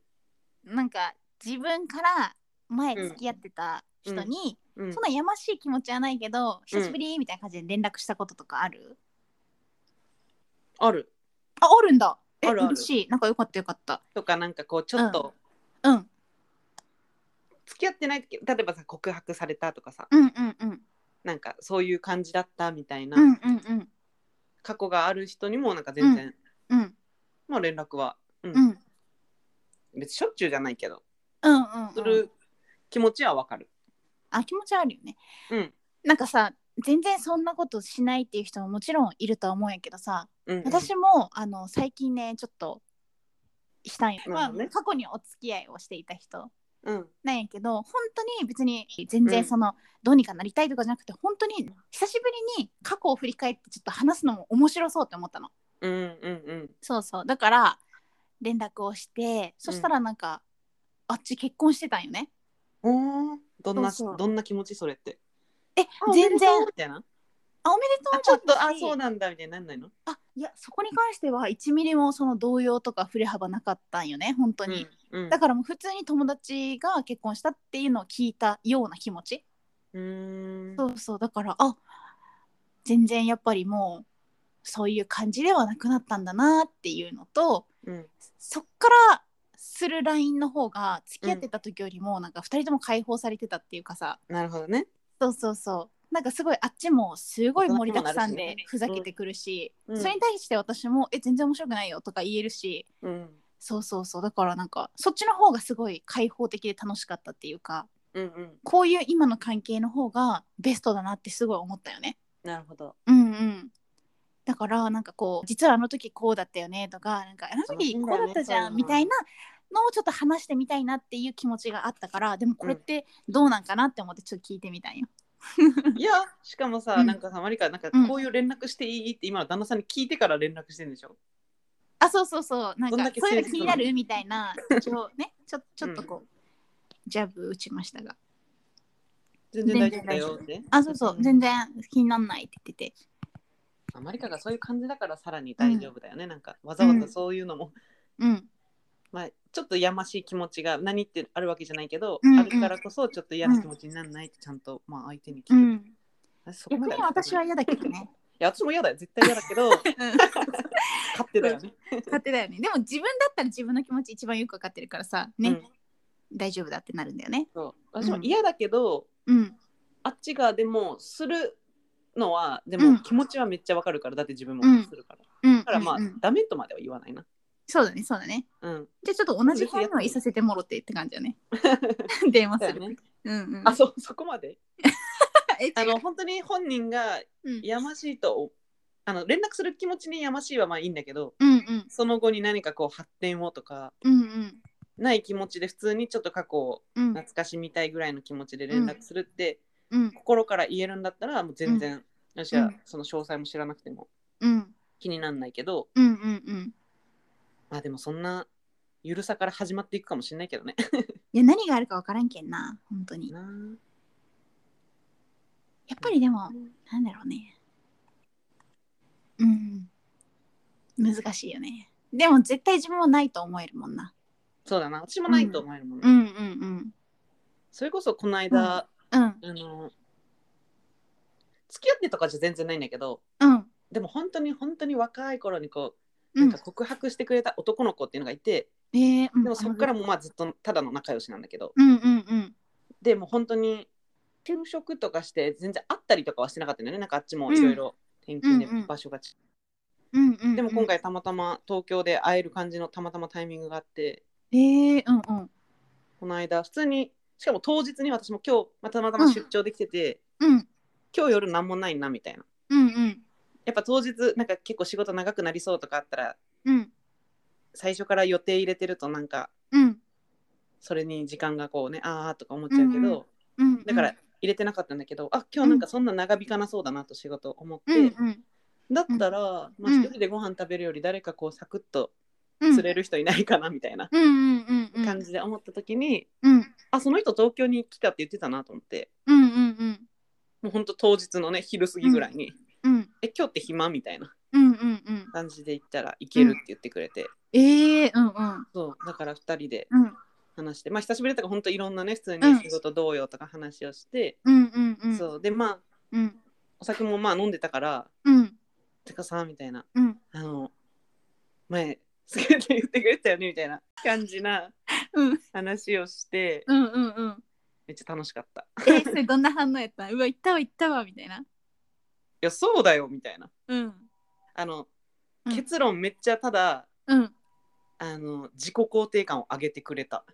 なんか自分から前うん付き合ってた人に、うんそんなやましい気持ちはないけど、久しぶりみたいな感じで連絡したこととかあるあるああるんだえあるある嬉しいなんかよかったよかったとかなんかこうちょっとうんうん付き合ってない時例えばさ告白されたとかさうんうんうんなんかそういう感じだったみたいなうんうんうん過去がある人にもなんか全然、うんまあ連絡は、うんうん別にしょっちゅうじゃないけどうんうんする気持ちはわかる。あ気持ちあるよねうんなんかさ全然そんなことしないっていう人ももちろんいるとは思うんやけどさ、うんうん、私もあの最近ねちょっとしたんや、なるほどねまあ、過去にお付き合いをしていた人うんなんやけど本当に別に全然その、どうにかなりたいとかじゃなくて本当に久しぶりに過去を振り返ってちょっと話すのも面白そうって思ったのうんうんそうそうだから連絡をしてそしたらなんか、あっち結婚してたんよねうん。おーどんなそうそうどんな気持ちそれって。えあ全然おめでとうみたいな。あおめでとうあもちょっとだあしそうなんだみたいになんないの。あいやそこに関しては1ミリもその動揺とか振れ幅なかったんよね本当に、うんうんだからもう普通に友達が結婚したっていうのを聞いたような気持ちうーんそうそうだからあ全然やっぱりもうそういう感じではなくなったんだなっていうのとうんそっからする LINE の方が付き合ってた時よりもなんか2人とも解放されてたっていうかさ、なるほどね。そうそうそうなんかすごいあっちもすごい盛りだくさんでふざけてくるし、うんうんそれに対して私も「え全然面白くないよ」とか言えるしうんそうそうそうだからなんかそっちの方がすごい開放的で楽しかったっていうかうんうん。こういう今の関係の方がベストだなってすごい思ったよね。なるほど。うんうんだからなんかこう実はあの時こうだったよねとかなんかあの時こうだったじゃん楽しいみんただよねいなのをちょっと話してみたいなっていう気持ちがあったからでもこれってどうなんかなって思ってちょっと聞いてみたんよ。 (laughs) いやしかもさ、うんなんかさマリカなんかうんこういう連絡していいって今の旦那さんに聞いてから連絡してるんでしょ。あそうそうそうなんどんだかけそういう誠の実気になるみたいなちょ,、 (laughs) ね、ちょちょっとこう、ジャブ打ちましたが全然大丈夫だよって。あそうそう、ん全然気になんないって言っててあマリカがそういう感じだからさらに大丈夫だよね、なんかわざわざそういうのも、うんまあ、ちょっとやましい気持ちが何ってあるわけじゃないけど、うんうんあるからこそちょっと嫌な気持ちにならないってちゃんと、まあ、相手に聞うく、ん私そこま逆にで私はい嫌だけど (laughs) ねや私も嫌だよ絶対嫌だけど (laughs) 勝手だよね、勝手だよねでも自分だったら自分の気持ち一番よく分かってるからさね、うん大丈夫だってなるんだよねそう私も嫌だけど、うんあっちがでもするのはでうんも気持ちはめっちゃわかるからだって自分うんもするから、うんだからまあ、うんうんダメとまでは言わないなそうだねそうだねうんじゃあちょっと同じ部屋のいさせてもろてって感じだね電話だすよる、ねうんうんあそうそこまでえあの本当に本人がうんやましいとあの連絡する気持ちにやましいはまあいいんだけどうんうんその後に何かこう発展をとかうんうんない気持ちで普通にちょっと過去をうん懐かしみたいぐらいの気持ちで連絡するって、うん心から言えるんだったらもう全然、私うはんその詳細も知らなくてもうん気になんないけど、うんうんうんまあでもそんなゆるさから始まっていくかもしれない (laughs) けどね。いや何があるか分からんけんな本当になあやっぱりでもなんだろうねうん難しいよねでも絶対自分はないと思えるもんなそうだな私もないと思えるもんね。うんうんうんそれこそこの間、うんあの付き合ってとかじゃ全然ないんだけどうんでも本当に本当に若い頃にこううなんんか告白してくれた男の子っていうのがいて、えーうんでもそこからもまあずっとただの仲良しなんだけど、うんうんうんでも本当に就職とかして全然会ったりとかはしてなかったんだよねなんかあっちもいろいろ転勤でうんうん場所がち、うんうんでも今回たまたま東京で会える感じのたまたまタイミングがあってえーうんうんこの間普通にしかも当日に私も今日またまたま出張できてて、うん今日夜何もないなみたいなうんうんやっぱ当日なんか結構仕事長くなりそうとかあったらうん最初から予定入れてるとなんかうんそれに時間がこうねあーとか思っちゃうけど、うんうんうんだから入れてなかったんだけど、あ今日なんかそんな長引かなそうだなと仕事思って、うんうんだったら、うまあ、ん一人でご飯食べるより誰かこうサクッとうん釣れる人いないかなみたいなうんうんうんうん感じで思った時に、うんあその人東京に来たって言ってたなと思ってうんうんうんもうほんと当日のね昼過ぎぐらいに「うんえ今日って暇?」みたいなうんうんうん。感じで行ったら行けるって言ってくれて、ええうんうん。そうだから2人でうん話してまあ久しぶりだから本当いろんなね普通うにん仕事どうよとか話をして、うんうんうん。そうでまあうんお酒もまあ飲んでたからうん「てかさ」みたいなうん「あの前すげえって言ってくれたよね」みたいな感じなうん話をしてうんうんうん。めっちゃ楽しかった。えー、それどんな反応やったんうわ行ったわ行ったわみたいな。いやそうだよみたいなうんあのうん結論めっちゃただ、うん。あの自己肯定感を上げてくれた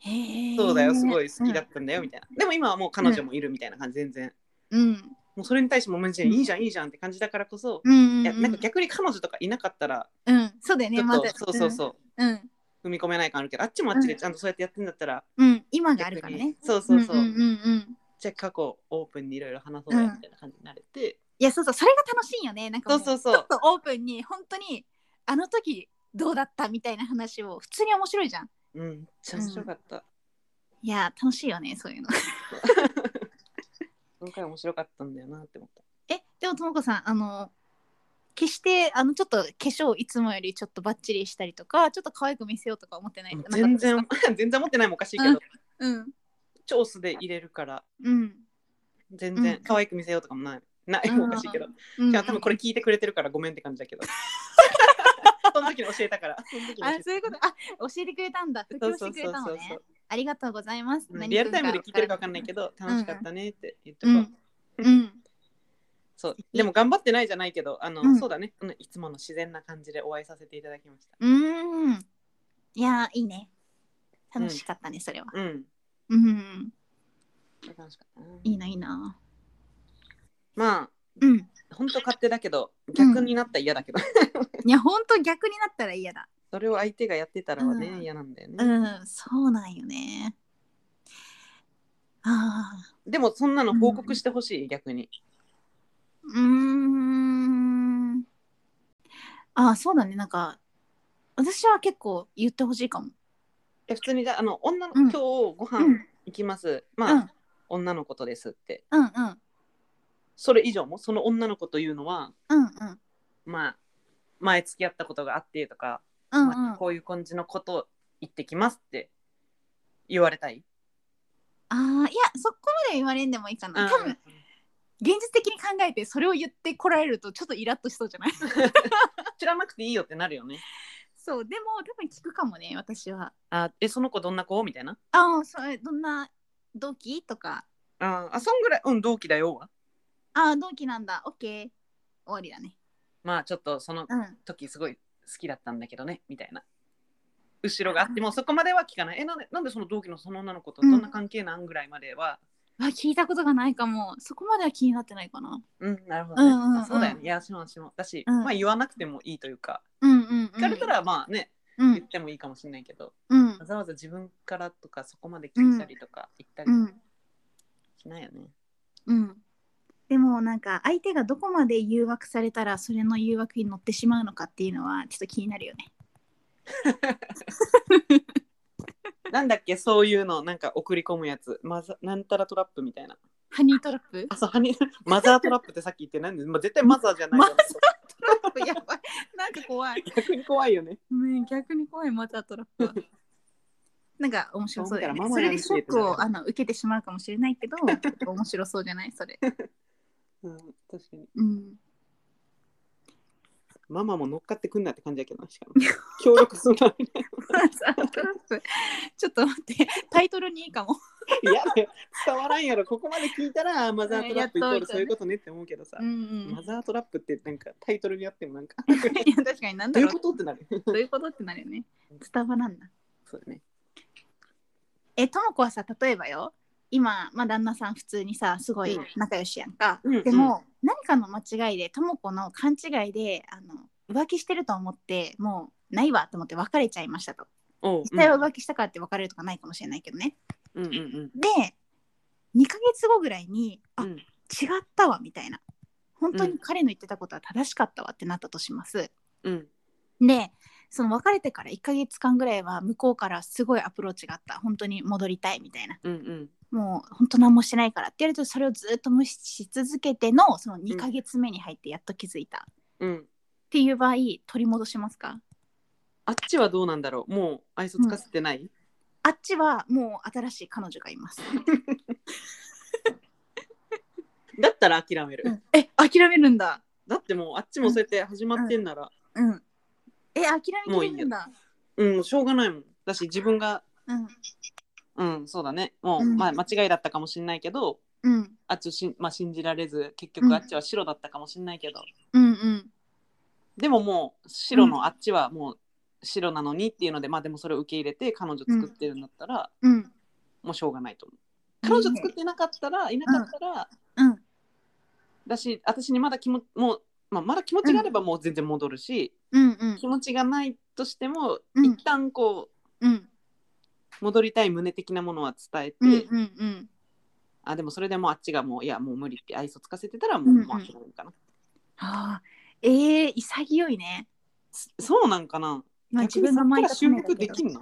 へえ。そうだよすごい好きだっったんだよみたいな、でも今はもう彼女もいるみたいな感じ全然た。うんもうそれに対してもめっちゃいいじゃんいいじゃんって感じだからこそ、うんいうやん。なんか逆に彼女とかいなかったらうんそうだよちねょっまと、だ。そうそうそううん。うん踏み込めない感あるけどあっちもあっちでちゃんとそうやってやってんだったら、うん今があるからね。そうそうそう,、うんうんうん。じゃあ過去オープンにいろいろ話そうやみたいな感じになれて、いやそうそうそれが楽しいよねなんかもそうそうそうちょっとオープンに本当にあの時どうだったみたいな話を普通に面白いじゃんうんめっちゃ面白かった、いや楽しいよねそういうの (laughs) 今回面白かったんだよなって思ったえでもともこさんあの決してあのちょっと化粧いつもよりちょっとバッチリしたりとかちょっと可愛く見せようとか思ってないもう全然 (laughs) 全然持ってないもおかしいけど、うんうん超素で入れるからうん全う然ん可愛く見せようとかもない。ないうんもおかしいけど。うんじゃあ多分これ聞いてくれてるからごめんって感じ (laughs) だけど。その時に教えたから。その時に教あえたそういうことあ教えてくれたんだ布そ教うしそうてくそれうたのそうねありがとうございますうんリアルタイムで聞いてるかわかんないけどど楽しかったねって言ってうこう、んうんそうでも頑張ってないじゃないけどあの、うんそうだね、うん、いつもの自然な感じでお会いさせていただきましたうーん。いやー、いいね。楽しかったね、それは。うんうん。楽しかったないいな、いいな。まうん。あ本当勝手だけど逆になったら嫌だけど、いや、ほんと逆になったら嫌だ。それを相手がやってたらはね、うん嫌なんだよね、うん、そうなんよね。ああ。でもそんなの報告してほしい、逆にうーん。ああ、そうだね。なんか、私は結構言ってほしいかも。え普通にじゃああの女の、うん今日ごう飯、ん。うん。行きます。まあ、うん。女の子とですって。うん。うん。それ以上も、その女の子というのは、うん。まあ、前付き合ったことがあってとか、うん。まあこういう感じのことを言ってきますって言われたい。ああ、いや、そこまで言われんでもいいかな。多分、うん現実的に考えて、それを言ってこられると、ちょっとイラッとしそうじゃない知らなくていいよってなるよね。そうでも多分聞くかもね私は。あえ、その子どんな子みたいな。ああそれどんな同期とかあ、あそんぐらい、うん、同期だよは。ああ同期なんだオッケー終わりだね。まあ、ちょっとそのうん時すごい好きだったんだけどね、みたいな。後ろがあってもそこまでは聞かない。え、なんでなんでその同期のその女の子とどんな関係なんぐらいまでは。あ聞いたことがないかもそこまでは気になってないかな。うん、なるほど、ねうんうんうんあそうだよね。いや、しもしも。だし、うんまあ言わなくてもいいというか、うんうん、うん、聞かれたらまあね、う言っんてもいいかもしれないけど、うんわざわざ自分からとかそこまで聞いたりとか言ったりうんしないよね。うんでもなんか相手がどこまで誘惑されたらそれの誘惑に乗ってしまうのかっていうのはちょっと気になるよね。なんだっけ、そういうの、なんか送り込むやつ、マザなんたらトラップみたいな。ハニートラッ (laughs) プあ、そう、ハニーマザートラップってさっき言ってなんで、まあ、絶対マザーじゃないよね。トラップやばいなんか怖い。逆に怖いよね。ね逆に怖いまたトラップは (laughs) なんか面白そうだよねそう見たらママそれやんけでショックをあの受けてしまうかもしれないけど面白そうじゃないそれ、うん、確かに。うん、ママも乗っかってくんなって感じだけどな、し (laughs) かも。協力するのに。トラップちょっと待ってタイトルにいいかもいや、伝わらんやろ。ここまで聞いたら、マザートラップイコールそういうことねって思うけどさう。ん、うん、マザートラップってなんかタイトルにあってもなんかいや確かになんどだうろいううことってなる。どういうことってなるよね伝わらんなそうだね。えともこはさ例えばよ今、まあ、旦那さん普通にさすごいうん仲良しやんか、うんうんでも、何かの間違いでともこの勘違いであの浮気してると思ってもうないわと思って別れちゃいましたとおう実際は浮気したからって別れるとかないかもしれないけどね。うんうんうんで2ヶ月後ぐらいに「あ、うん違ったわ」みたいな本当に彼の言ってたことは正しかったわってなったとします。うんでその別れてから1ヶ月間ぐらいは向こうからすごいアプローチがあった本当に戻りたいみたいなうんうんもう本当何もしてないからって言われるとそれをずっと無視し続けてのその2ヶ月目に入ってやっと気づいたううん、ていう場合取り戻しますかあっちはどうなんだろうもう愛想つかせてない、あっちはもう新しい彼女がい (laughs) ます。だったら諦める、え諦めるんだ。だってもうあっちもそうやって始まってんならうん。え諦めもうきいいれよるんだ。うん、しょうがないもんだし自分がうんうんそうだねもうう、んまあ、間違いだったかもしれないけどうんあっちをしん、まあ、信じられず結うん局あっちは白だったかもしれないけど、うんうんでももう白のあっちはもう白なのにっていうので、まあでもそれを受け入れて彼女作ってるんだったら、うんもうしょうがないと思う彼女作ってなかったらいなかったら、うんだし私にまだ気ももう、まあ、まだ気持ちがあればもう全然戻るし、うんうん気持ちがないとしても、うん一旦こううん戻りたい胸的なものは伝えて、うんうんうん。あでもそれでもうあっちがもういやもう無理って愛想つかせてたらもう,、うんうんもう諦めるかなああえー、潔いね。そそうなんかな、まあ、逆自に分が巻いたそっから修復できる。んの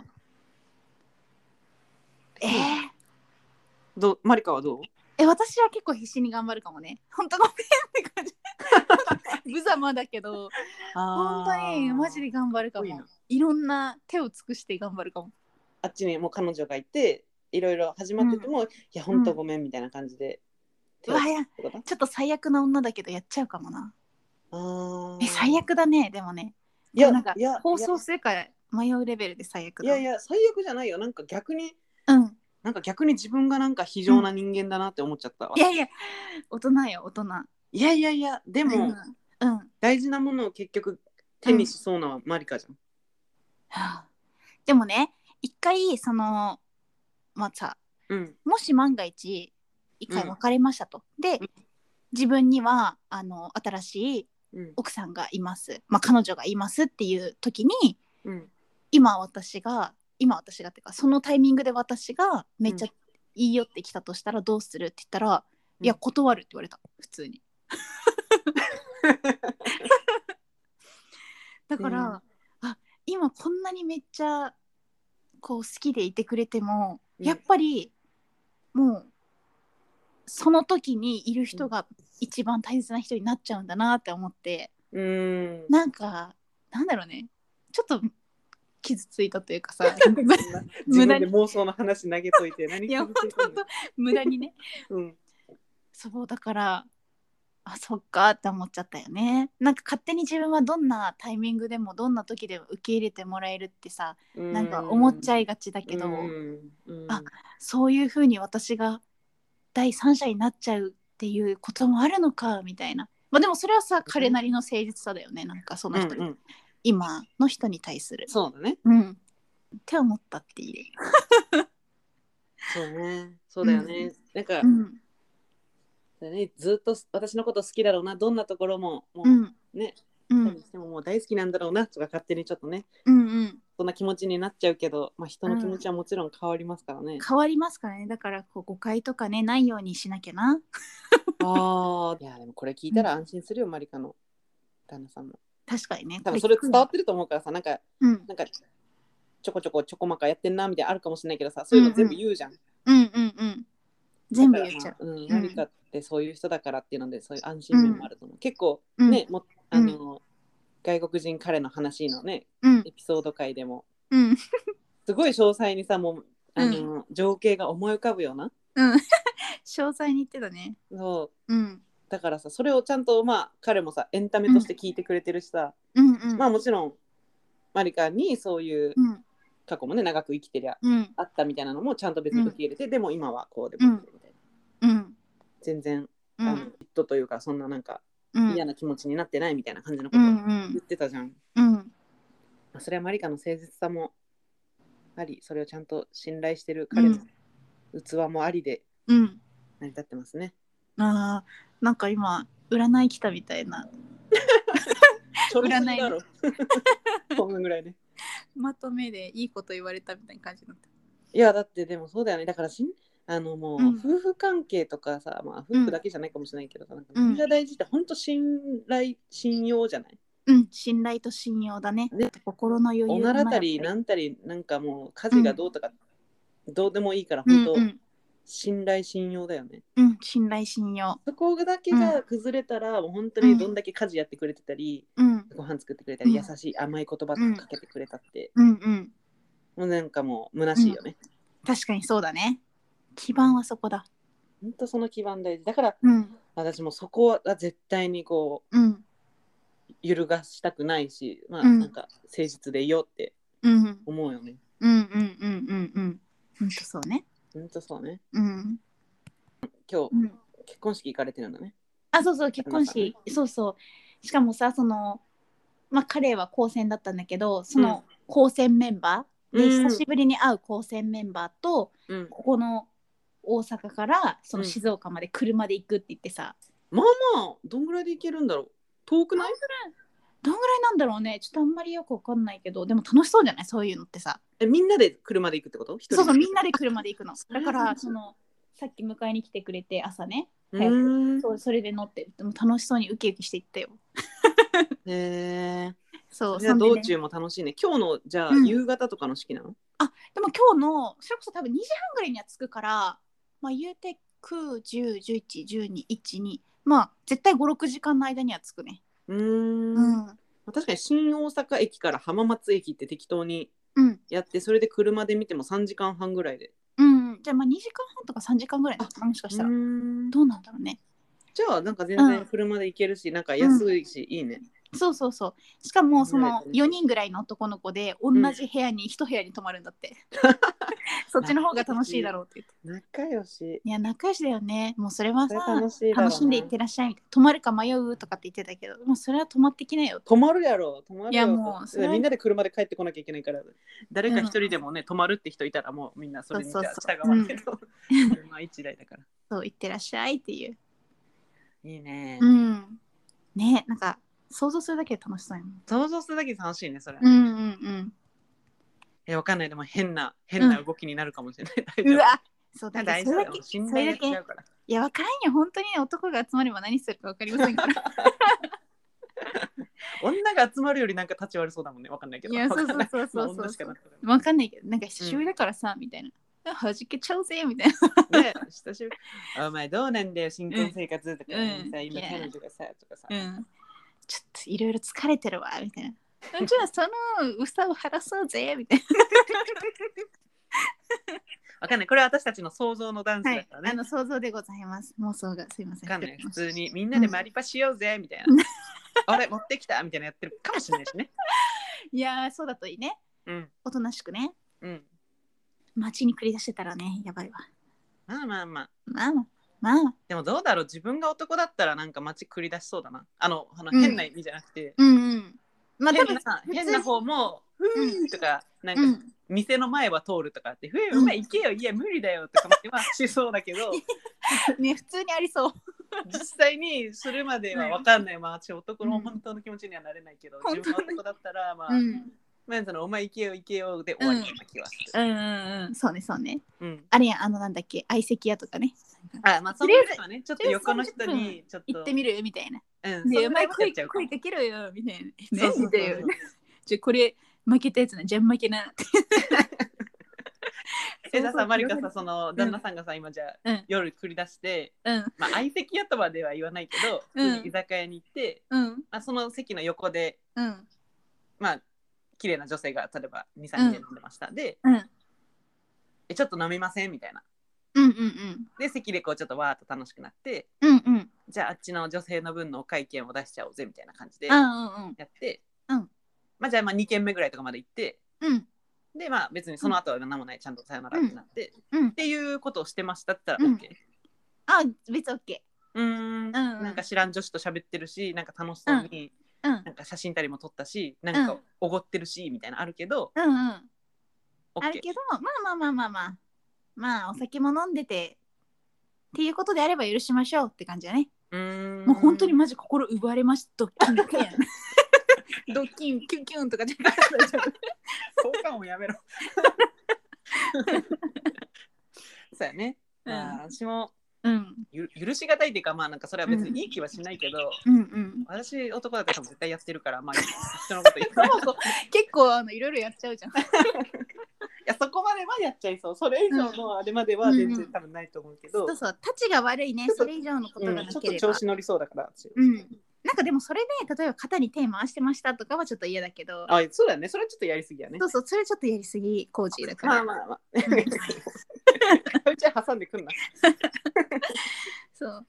えー、どうマリカはどうえ私は結構必死に頑張るかもね。本当ごめんって感 (laughs) じ。無様だけど本当にマジでで頑張るかすごいもな。いろんな手を尽くして頑張るかも。あっちにもう彼女がいていろいろ始まってても、いや本当ごめんみたいな感じで、うわや手をつくってこちょっと最悪な女だけどやっちゃうかもな。とあーえ最悪だねでもね。いやなんかいや放送するから迷うレベルで最悪だ。いやいや最悪じゃないよなんか逆にうん。なんか逆に自分がなんか非常な人間だなって思っちゃったわ、いやいや大人よ大人。いやいやいやでも、うん。うん。は大事なものを結局手にしそうなのはマリカじゃん、あでもね一回そのまあさうんもし万が一一回うん別れましたと。でうん自分にはあの新しいうん奥さんがいます、まあ、彼女がいますっていう時にうん今私が今私がっていうかそのタイミングで私がめっちゃいいよってきたとしたらどうするって言ったら、うんいや断るって言われた普通 (laughs) にだから、あ今こんなにめっちゃこう好きでいてくれても、うんやっぱりもうその時にいる人が一番大切な人になっちゃうんだなって思って、うーんなんかなんだろうねちょっと傷ついたというかさ (laughs) 自無分駄でに妄想の話投げといて何いや傷ついたんだ無駄にねうんそうだからあそっかって思っちゃったよねなんか勝手に自分はどんなタイミングでもどんな時でも受け入れてもらえるってさなんか思っちゃいいがちだけどああそういう風に私が第三者になっちゃうっていうこともあるのかみたいなまあでもそれはさ彼なりの誠実さだよねなんかその人に、うんうん今の人に対するそうだねうんって思ったっていう。そうねそうだよね、うんなんか、うんだねずっと私のこと好きだろうなどんなところももうう、んねうん何してももう大好きなんだろうなとか勝手にちょっとねうんうんそんな気持ちになっちゃうけど、まあ、人の気持ちはもちろん変わりますからね、変わりますからねだからこう誤解とかねないようにしなきゃなああ、いや、でもこれ聞いたら安心するよ、マリカの旦那さんも。確かにね多分こそれ聞く伝わってると思うからさ、なんか、うんなんか、ちょこちょこちょこまかやってんなみたいなのあるかもしれないけどさ、そういうの全部言うじゃん。うんうんうん全部言っちゃだうからまあうん、んマリカってそういう人だからっていうので、そういう安心面もあると思う。結構、うんね、もあの、外国人彼の話のね、うんエピソード回でも、うんすごい詳細にさ、もう、あの、情景が思い浮かぶような。うん詳細に言ってたねそううんだからさそれをちゃんとまあ彼もさエンタメとして聞いてくれてるしさ、うんうんまあもちろんマリカにそういううん過去もね長く生きてりゃうんあったみたいなのもちゃんと別に受け入れて、でも今はこうでうんもみたいなうん全然、うあのん嫉妬というかそんななんかうん嫌な気持ちになってないみたいな感じのうことをんう言っんてたじゃん、うんまあそれはマリカの誠実さもありそれをちゃんと信頼してる彼の器もありでうん成り立ってますね、あーなんか今占い来たみたいなちょうどいい (laughs) だろこんなぐらいねまとめでいいこと言われたみたいな感じになったいやだってでもそうだよねだからしんあのもう、うん夫婦関係とかさ、まあ、夫婦だけじゃないかもしれないけどさ、なんかうん何が大事って本当信頼信用じゃない、うん信頼と信用だねね心の余裕おがならたいりやっぱなんたりなんかもう家事がどうとか、どうでもいいからり本当、うんうん信頼信用だよねうん、信頼信用。そこだけが崩れたら、もう本当にどんだけ家事やってくれてたり、うん、ご飯作ってくれたりう優んしい甘い言葉かけてくれたって、うん、うん。もうなんかもう虚しいよね、確かにそうだね。基盤はそこだ。本当その基盤大事だからうん、私もそこは絶対にこうん、う揺るがしたくないしまあうんなんか誠実でいようってうん、うん、思うよねうん、うん、うん、うん。本当そうね。本当そうねうん。今日うん結婚式行かれてるんだねあそうそう結婚旦那式そうそうしかもさそのまあ彼は高専だったんだけどその高専メンバーで、うん久しぶりに会う高専メンバーとうんここの大阪からそうのん静岡まで車で行くって言ってさ、まあまあどんぐらいで行けるんだろう遠くないどんぐらいなんだろうねちょっとあんまりよくわかんないけどでも楽しそうじゃないそういうのってさえみんなで車で行くってこと一人そうそうみんなで車で行くのれだはからそのさっき迎えに来てくれて朝ねう早くーんそうそれで乗ってでも楽しそうにウキウキして行ったよへえそうじゃあそんでね道中も楽しいね今日のじゃあうん夕方とかの式なのでも今日のそれこそ多分2時半ぐらいには着くから、まあ、言うて910111212まあ絶対56時間の間には着くね。うーんうん、確かに新大阪駅から浜松駅って適当にうんやってそれで車で見ても3時間半ぐらいでうん、じゃあまあ2時間半とか3時間ぐらいなのかなもしかしたら、うーんどうなんだろうね。じゃあなんか全う然ん車で行けるし、なんか安いし、いいねそうそうそうしかもその慣れてる4人ぐらいの男の子で同じ部屋に1部屋に泊まるんだって、 (laughs) そっちの方が楽しいだろうって言って仲良しいや仲良しだよねもうそれはそされ楽しいだろうな楽しんでいってらっしゃいみたいな泊まるか迷うとかって言ってたけどもうそれは泊まってきなよ泊まるやろ泊まるよいやもうそれみんなで車で帰ってこなきゃいけないから誰か一人でもね、泊まるって人いたらもうみんなそれにじゃあそうそう従そうわないと、車一台だからそう行ってらっしゃいっていういいね、うん。ね、なんか想像するだけで楽しそうやもん。想像するだけで楽しいねそれ、うんうんえわかんないでも変な変な動きになるかもしれない、 (laughs) うわ、そうだ大け丈そ夫れ大だ丈け夫そ信れだ頼がけい違うからやわからんよ本当に男が集まれば何するかわかりませんから女が集まるよりなんか立ち悪そうだもんねわかんないけどいやそうわかそんうないそうまあそうそう女しかそなうくてもわかんないけどなんか久しぶりだからさ、みたいなはじけちゃうぜみたいなね久しぶりお前どうなんだよ新婚生活とか、うんさ今いや彼女がさとかさ、 (laughs) うんちょっといろいろ疲れてるわみたいな (laughs) じゃあそのうさを晴らそうぜみたいなわかんないこれは私たちの想像のダンスはだいからね、あの想像でございます妄想がすいませんわかんない普通にみんなでマリパしようぜみたいな、あれ持ってきたみたいなやってるかもしれないしねいやーそうだといいねうんおとなしくねうん街に繰り出してたらねやばいわまあまあまあまあまあでもどうだろう自分が男だったらなんか街繰り出しそうだなあのあのうん変な意味じゃなくて、うんうん。まあ、多変分な普通に変な方も「ふーん」とか、なんか、うん店の前は通るとかって「ふうーんんお前行けよいや無理だよ」とかまあしそうだけ (laughs) どね、普通にありそう。実際にそれまでは分かんないまあ私男の本当の気持ちにはなれないけど、うん自分が男だったらまあ、ん。まあそのお前行けよ行けよで終わりな気はする。うんうんうん。そうね、そうね。うんあれやん、あの、なんだっけ、相席屋とかね。あまあその時はねちょっと横の人にちょっと行ってみるみたいな。うんで、そうんまないことや声っちゃうか声もかけろよ、みたいな。そうそうそ何うだよ。じゃあこれ、負けたやつな、じゃあ負け (laughs) な。えじゃあさマリカさその。の旦那さんがさ今じゃあ、うん夜繰り出して、うん。まあ、相席屋とまでは言わないけど、うん普通に居酒屋に行って、うん。まあ、その席の横でうん。まあ綺麗な女性が例えば23人で飲んでました、でうん。えちょっと飲みませんみたいなうんうんで席でこうちょっとわーっと楽しくなってうん。うんうん。じゃああっちの女性の分のお会計を出しちゃおうぜみたいな感じでうやんうんって、うんまあ、じゃあまあ2軒目ぐらいとかまで行ってうん。でまあ別にその後は何もないちゃんとさよならってなって、うんっていうことをしてましたって言ったうらん OK。あ、別オッケうーんんなんか知らん女子と喋ってるしなんか楽しそうに、ー。うん。なんか写真たりも撮ったしなんうかんおごってるしみたいなのあるけど、うんうん。オあッるケーけどまあまあまあまあまあまあお酒も飲んでてっていうことであれば許しましょうって感じだねうーんもう本当 (laughs) にマジ心奪われましたドッキンキュンドッキンキュンキュンとかじゃなくて効果音やめろ (laughs) そうやね、まあ、私もうんゆ許しがたいっていうかまあなんかそれは別にいい気はしないけど、うんうん私男だったら多分絶対や (laughs) ってるからまあ人のこと言わないい結構あのいろいろやっちゃうじゃんやかそこまではやっちゃいそうそれ以上のあれまでは全然多分ないと思うけど、そうそう、たちが悪いね、それ以上のことうがんなちょっけとれば調。子乗りそうだから私うん、なんかでもそれで、例えば肩に手回してましたとかはちょっと嫌だけど、あそうだねそれはちょっとやりすぎやねそうそう、それちょっとやりすぎ、コーチだかまあら。まあまあうんうちは挟んでくんなそう。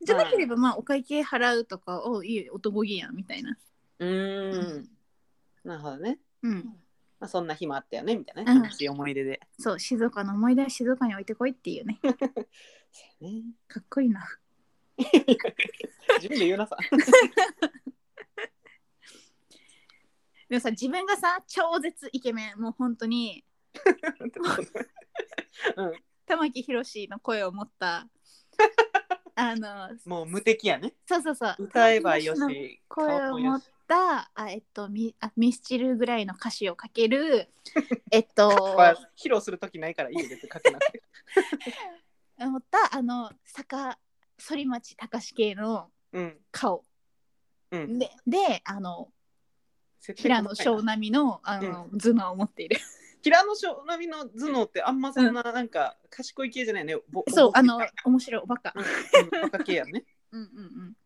じゃなければ、まあ、お会計払うとか、おいい男気やんみたいな。うーんなるほどね、うん。まあ、そんな日もあったよねみたいなうんね楽しい思い出で、そう、静岡の思い出は静岡に置いてこいっていうね。そうやねかっこいいな。自分で言うなさでもさ、自分がさ、超絶イケメン、もう本当に、玉木宏の声を持 (laughs) った、あの、 (laughs) もう無敵やねそうそうそう。歌えばよ玉木宏のし声を持った、あえっと、ミあミスチルぐらいの歌詞をかけ (laughs) る、えっと、は披露する時ないからいいよ別に書けなくて思った、あの、坂、反町隆史系の (laughs) うん顔。うんで、であの、設定平細かいな野翔並みのあの、頭脳を持 (laughs) っている。平野翔並みの頭脳ってあんまそんななんか賢い系じゃないねぼそう、ぼあの、面白いおバカう。んうん若系やねうんうんうん。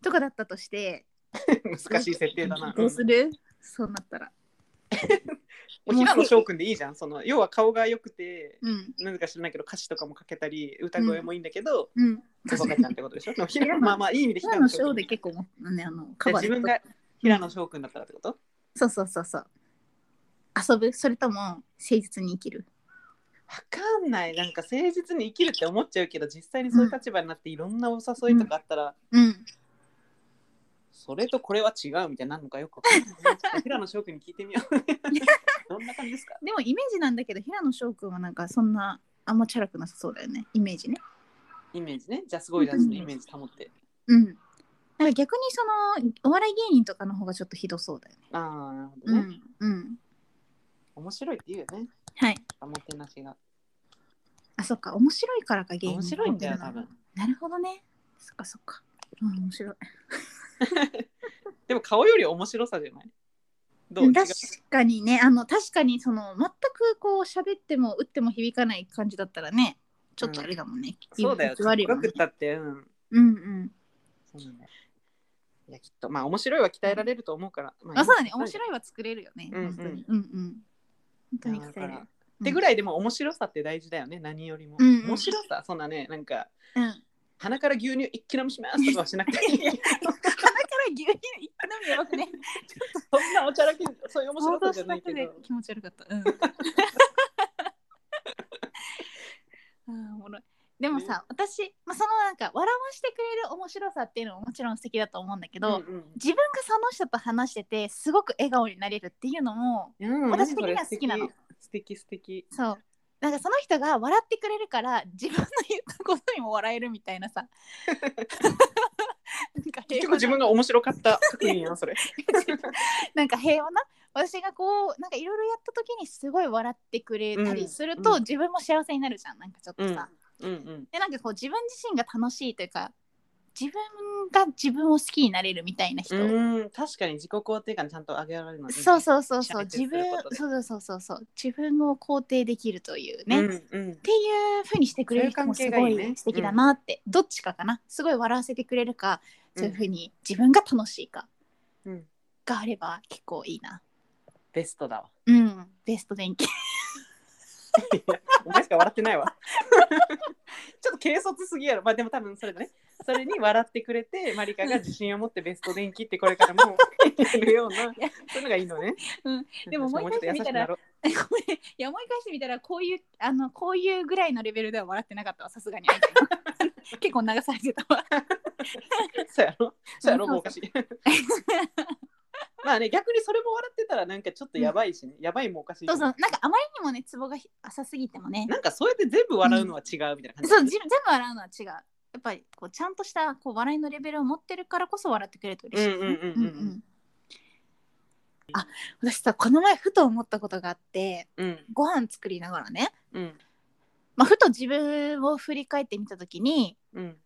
とかだったとして、 (laughs) 難しい設定だな、どううんするそうなったら。もう平野翔くんでいいじゃんその要は顔が良くてうん。なんか知らないけど歌詞とかも書けたり歌声もいいんだけど、うん。おバカちゃんってこと (laughs) でしょでも平野まあまあいい意味で平野翔で結構も、ね、あの、カバー自分が平野翔くんだったらってことそうそうそうそう。遊ぶそれとも誠実に生きるわかんないなんか誠実に生きるって思っちゃうけど実際にそういう立場になっていろんなお誘いとかあったら、うん。それとこれは違うみたいなのかよくわかんないちょっと平野翔くんに聞いてみよ (laughs) うどんな感じですかでもイメージなんだけど、平野翔くんはなんかそんな、あんまチャラくなさそうだよね。イメージね。イメージねじゃあすごいダンスのイメージ保って、うん。なんか逆にその、お笑い芸人とかの方がちょっとひどそうだよね。ああなるほどうね、ん。うん。面白いって言うよねはい。おもてなしがあ、そっか。面白いからか、芸人面白いんだよな多分なるほどね。そっかそっか。うん、面白い。でも顔より面白さじゃないどう違う確かにね、あの、確かにその、全くこう、喋っても打っても響かない感じだったらね、ちょっとあれだもんね。そうだよ気持ち悪いもかっんこねよくったってうんうんうん。そうなんだよいやきっとまあ面白いは鍛えられると思うから、まあ、そうだね。面い白いは作れるよね。うんうん本当に。うんうん。本当にだ鍛かえらる。ってぐらいでも面白さって大事だよね何よりも、うんうん面白さそんなねなんかうん。鼻か鼻から牛乳一気飲みしますとかはしなくていいいやら牛乳一気飲みやば (laughs) くね。そんなおちゃらけそういう面想白さ像じゃしたないだけけでど気持ち悪かった。 (laughs) うん。あーおもろいでもさ、私、まあ、そのなんか笑わしてくれる面白さっていうのももちろん素敵だと思うんだけど、うんうん自分がその人と話しててすごく笑顔になれるっていうのもうん私的には好きなの素敵素敵そうなんかその人が笑ってくれるから自分の言ったことにも笑えるみたいなさなんか結平局和自な分が面白かった確認 (laughs) やんそれなんか平和な私がこうなんかいろいろやった時にすごい笑ってくれたりすると、うんうん自分も幸せになるじゃんなんかちょっとさ、うんうんうんでなんかこう自分自身が楽しいというか自分が自分を好きになれるみたいな人、うん確かに自己肯定感ちゃんと上げられるのいいねそうそうそうそうシャ自ープに分することでそうそうそうそう自分を肯定できるというね、うっんうんていうふうにしてくれる人もすごそういう関係がいいねい素敵だなって、どっちかかなすごい笑わせてくれるかそういうふうに自分が楽しいかうんがあれば結構いいなベストだわ (laughs) うんベスト電気お前しか笑ってないわ (laughs) ちょっと軽率すぎやろまあでも多分それだねそれに笑ってくれてマリカが自信を持ってベスト電気ってこれからも (laughs) やるようなそういうのがいいのね、うん、でも思い返してみたらもうちょっと優しくなろ (laughs) うごめんいや思い返してみたらこういうあのこういうぐらいのレベルでは笑ってなかったわさす (laughs) がに結構流されてたわそうやろそうやろもうおかしいまあね逆にそれも笑ってたらなんかちょっとやばいしね、やばいもおかしい (laughs) しそうそうなんかあまりにもねツボがひ浅すぎてもねなんかそうやって全部笑うのは違うみたいな感 (laughs) じ、そうじ全部笑うのは違うやっぱりこうちゃんとしたこう笑いのレベルを持ってるからこそ笑ってくれると嬉しいですねうんうんうんうんうんあ私さこの前ふと思ったことがあってうんご飯作りながらね、うんまあ、ふと自分を振り返ってみた時にうん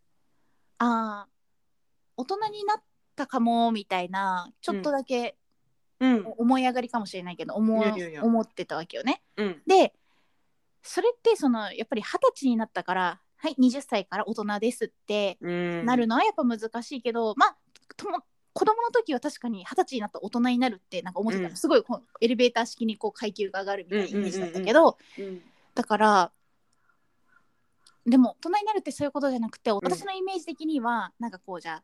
ああ大人になったかもみたいなちょっとだけうん思い上がりかもしれないけど思ういやいやいや思ってたわけよね。うんでそれってそのやっぱり二十歳になったからはい20歳から大人ですってうんなるのはやっぱ難しいけど、まあとも子供の時は確かに二十歳になった大人になるってなんか思ってた、うんすごいこうエレベーター式にこう階級が上がるみたいなイメージだったけど、うんだからでも大人になるってそういうことじゃなくてん私のイメージ的には、なんかこうじゃあ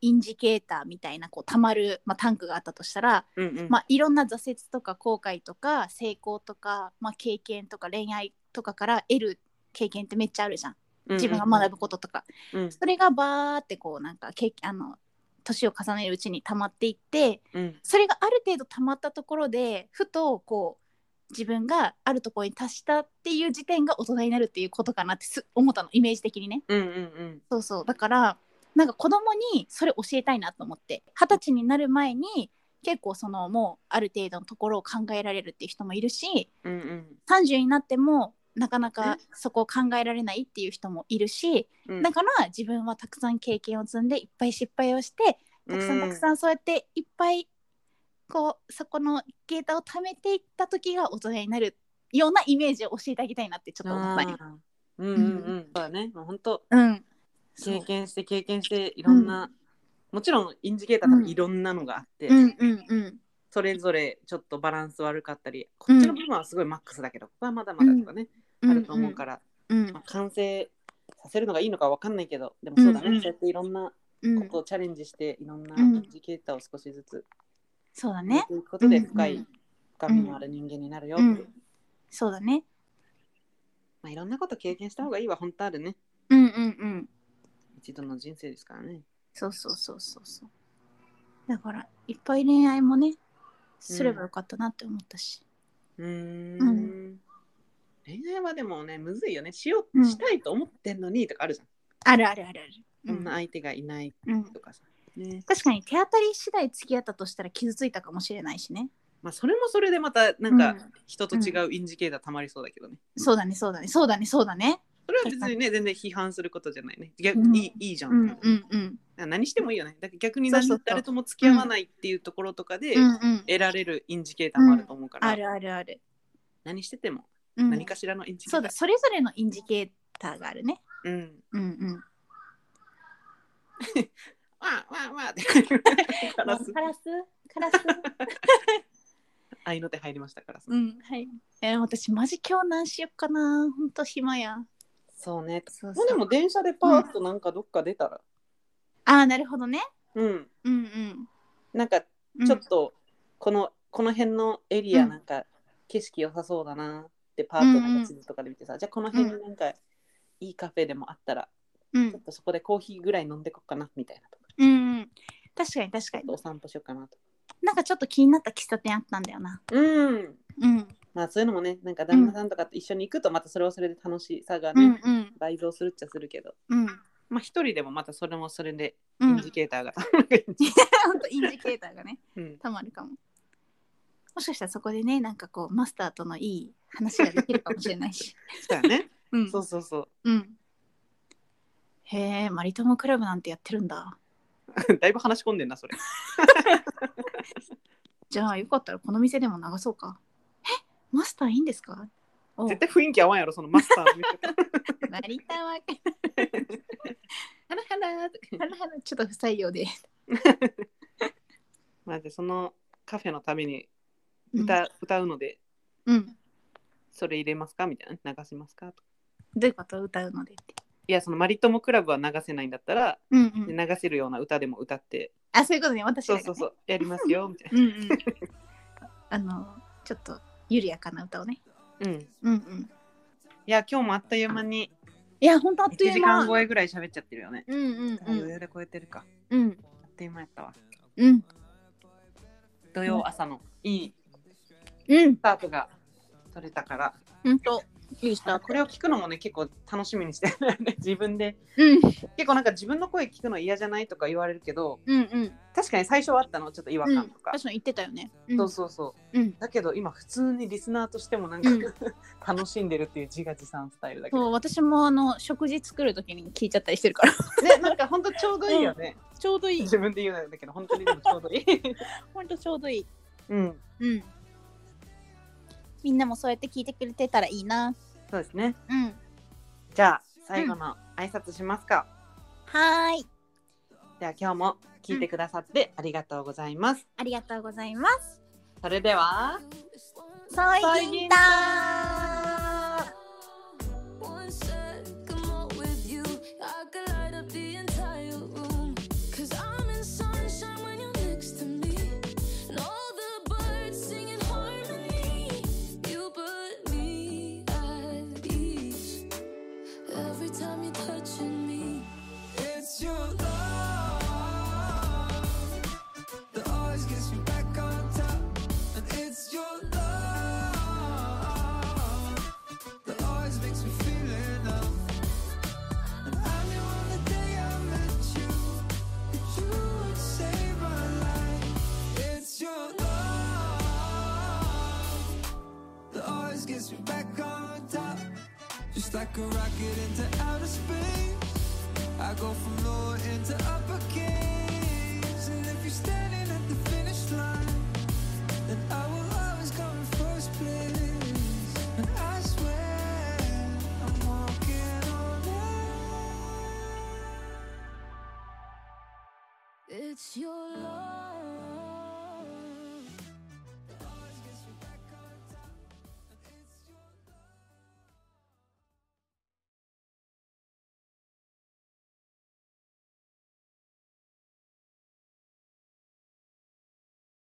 インジケーターみたいなこうたまる、まあ、タンクがあったとしたら、うんうんまあ、いろんな挫折とか後悔とか成功とか、まあ、経験とか恋愛とかから得る経験ってめっちゃあるじゃん自分が学ぶこととか、うんそれがバーってこうなんか経あの年を重ねるうちに溜まっていってうんそれがある程度溜まったところでふとこう自分があるところに達したっていう時点が大人になるっていうことかなってす思ったのイメージ的にねうんうんうんそうそうだからなんか子供にそれ教えたいなと思って二十歳になる前に結構そのもうある程度のところを考えられるっていう人もいるしうんうん30になってもなかなかそこを考えられないっていう人もいるしうんだから自分はたくさん経験を積んでいっぱい失敗をしてたくさんたくさんそうやっていっぱいこうそこのゲータを貯めていった時が大人になるようなイメージを教えてあげたいなってちょっと思ったり。あーうんうんうんそうだねもう本当うん、そう経験して経験していろんな、もちろんインジケーター多分いろんなのがあって、うんうんうんそれぞれちょっとバランス悪かったりこっちの部分はすごいマックスだけど、ここはまだまだとかね、うんあると思うから、うんまあ、完成させるのがいいのかわかんないけどでもそうだね、うんうんそうやっていろんなうんことをチャレンジして、いろんなうイんンジケーターを少しずつそうだ入れねていくことでうんうん深い、深みのある人間になるよっていう、うんそうだねまあ、いろんなこと経験した方がいいは本当あるねうんうんうん一度の人生ですからねそうそうそうそうそうだからいっぱい恋愛もねすればよかったなって思ったし、うーんうん恋愛はでもねむずいよねしよううんしたいと思ってんのにとかあるじゃん、あるあるあるある、うこんんな相手がいないうん、とかさ、ね確かに手当たり次第付き合ったとしたら傷ついたかもしれないしねまあそれもそれでまたなんかうん人と違うインジケーターたまりそうだけどね、そうだねそうだねそうだねそうだねそれは別にね全然批判することじゃないね逆、うんいいいいじゃん,、うんうんうん何してもいいよねだから逆に何そうそうそう誰とも付き合わないっていうところとかでうんうん得られるインジケーターもあると思うから、あるあるある、何しててもうん、何かしらのインジケータそー、うだそれぞれのインジケーターがあるねうんうんうんわあわあわあって感じカ (laughs) ラスカラスカ (laughs) ラス愛の手入りましたからうんはいえー私マジ今日何しよっかなほんと暇やそうねそうもうでも電車でパーッとなんかどっか出たら、ああなるほどねうん、うんうんなんかうんちょっとこの、この辺のエリうアんなんか景色良さそうだなってパートの地図とかで見てさ、じゃあこの辺になんかいいカフェでもあったら、うちょんっとそこでコーヒーぐらい飲んでこっかなみたいなとかうんうん確かに確かにお散歩しようかなとなんかちょっと気になった喫茶店あったんだよなかうんうんまあそういうのもねなんか旦那さんとかと一緒に行くとまたそれはそれで楽しさがうね、んうん倍増するっちゃするけどうんまあ一人でもまたそれもそれでイうンんジケーターが、 (laughs) (laughs) ほんとインジケーターがね (laughs) うん、たまるかも。もしかしたらそこでね、なんかこう、マスターとのいい話ができるかもしれないし。そうやねうん (laughs) そうそうそううん。へえ、マリトモクラブなんてやってるんだ。 (laughs) だいぶ話し込んでんなそれじゃあ、よかったらこの店でも流そうか。えマスターいいんですかお絶対雰囲気合わんやろそのマスターの見てたマリタは、 (laughs) ハラハラーってあの話ちょっと不採用で。 (laughs) まあ、でそのカフェのためにうん歌,、歌うのでうん。それ入れますかみたいな流しますかとかどういうこと歌うのでって。いやそのマリトモクラブは流せないんだったらうんうん。流せるような歌でも歌って、あ、そういうことね、私らそがうねそうそうやりますよみたいうんうん。あの、ちょっと緩やかな歌をね。な、うん、い (laughs) うんうん。や今日もあっという間にいや、ほんとあっとい1う時間間。超えぐらい喋っちゃってるよね、うんうんあうん余。裕で超えてるかうんあっという間やったわうん土曜朝のいいうんスタートが取れたから本当いいスターこれを聞くのもね結構楽しみにしてる自分でうん結構なんか自分の声聞くの嫌じゃないとか言われるけどうんうん確かに最初はあったのちょっと違和うん感とか、確かに言ってたよねそうんうそうそううんだけど今普通にリスナーとしてもなんか、うん楽しんでるっていう自画自賛スタイルだけそうど私もあの食事作る時に聞いちゃったりしてるからねなんか (laughs) 本当ちょうどいいよね、ちょうどいい自分で言うんだけど本当にでもちょうどいい (laughs) 本当ちょうどいいうん、うん。みんなもそうやって聞いてくれてたらいいな。そうですね。うん。じゃあ最後の挨拶しますか。はーい。では今日も聞いてくださってありがとうございます。ありがとうございます。それでは。ソイギンター One sec, I'm all with you. I could light up the entire room. Cause I'm in sunshine when you're next to me. And all the birds sing in harmony. You put me at ease. Every time you're touching me. It's your love that always gets me back on top, and it's your love that always makes me feel enough. And I knew on the day I met you that you would save my life. It's your love that always gets me back on top, just like a rocket into outer space. I go from lower into upper case. And if you're standing at the finish line, then I will always come in first place. And I swear I'm walking on air. It's your love.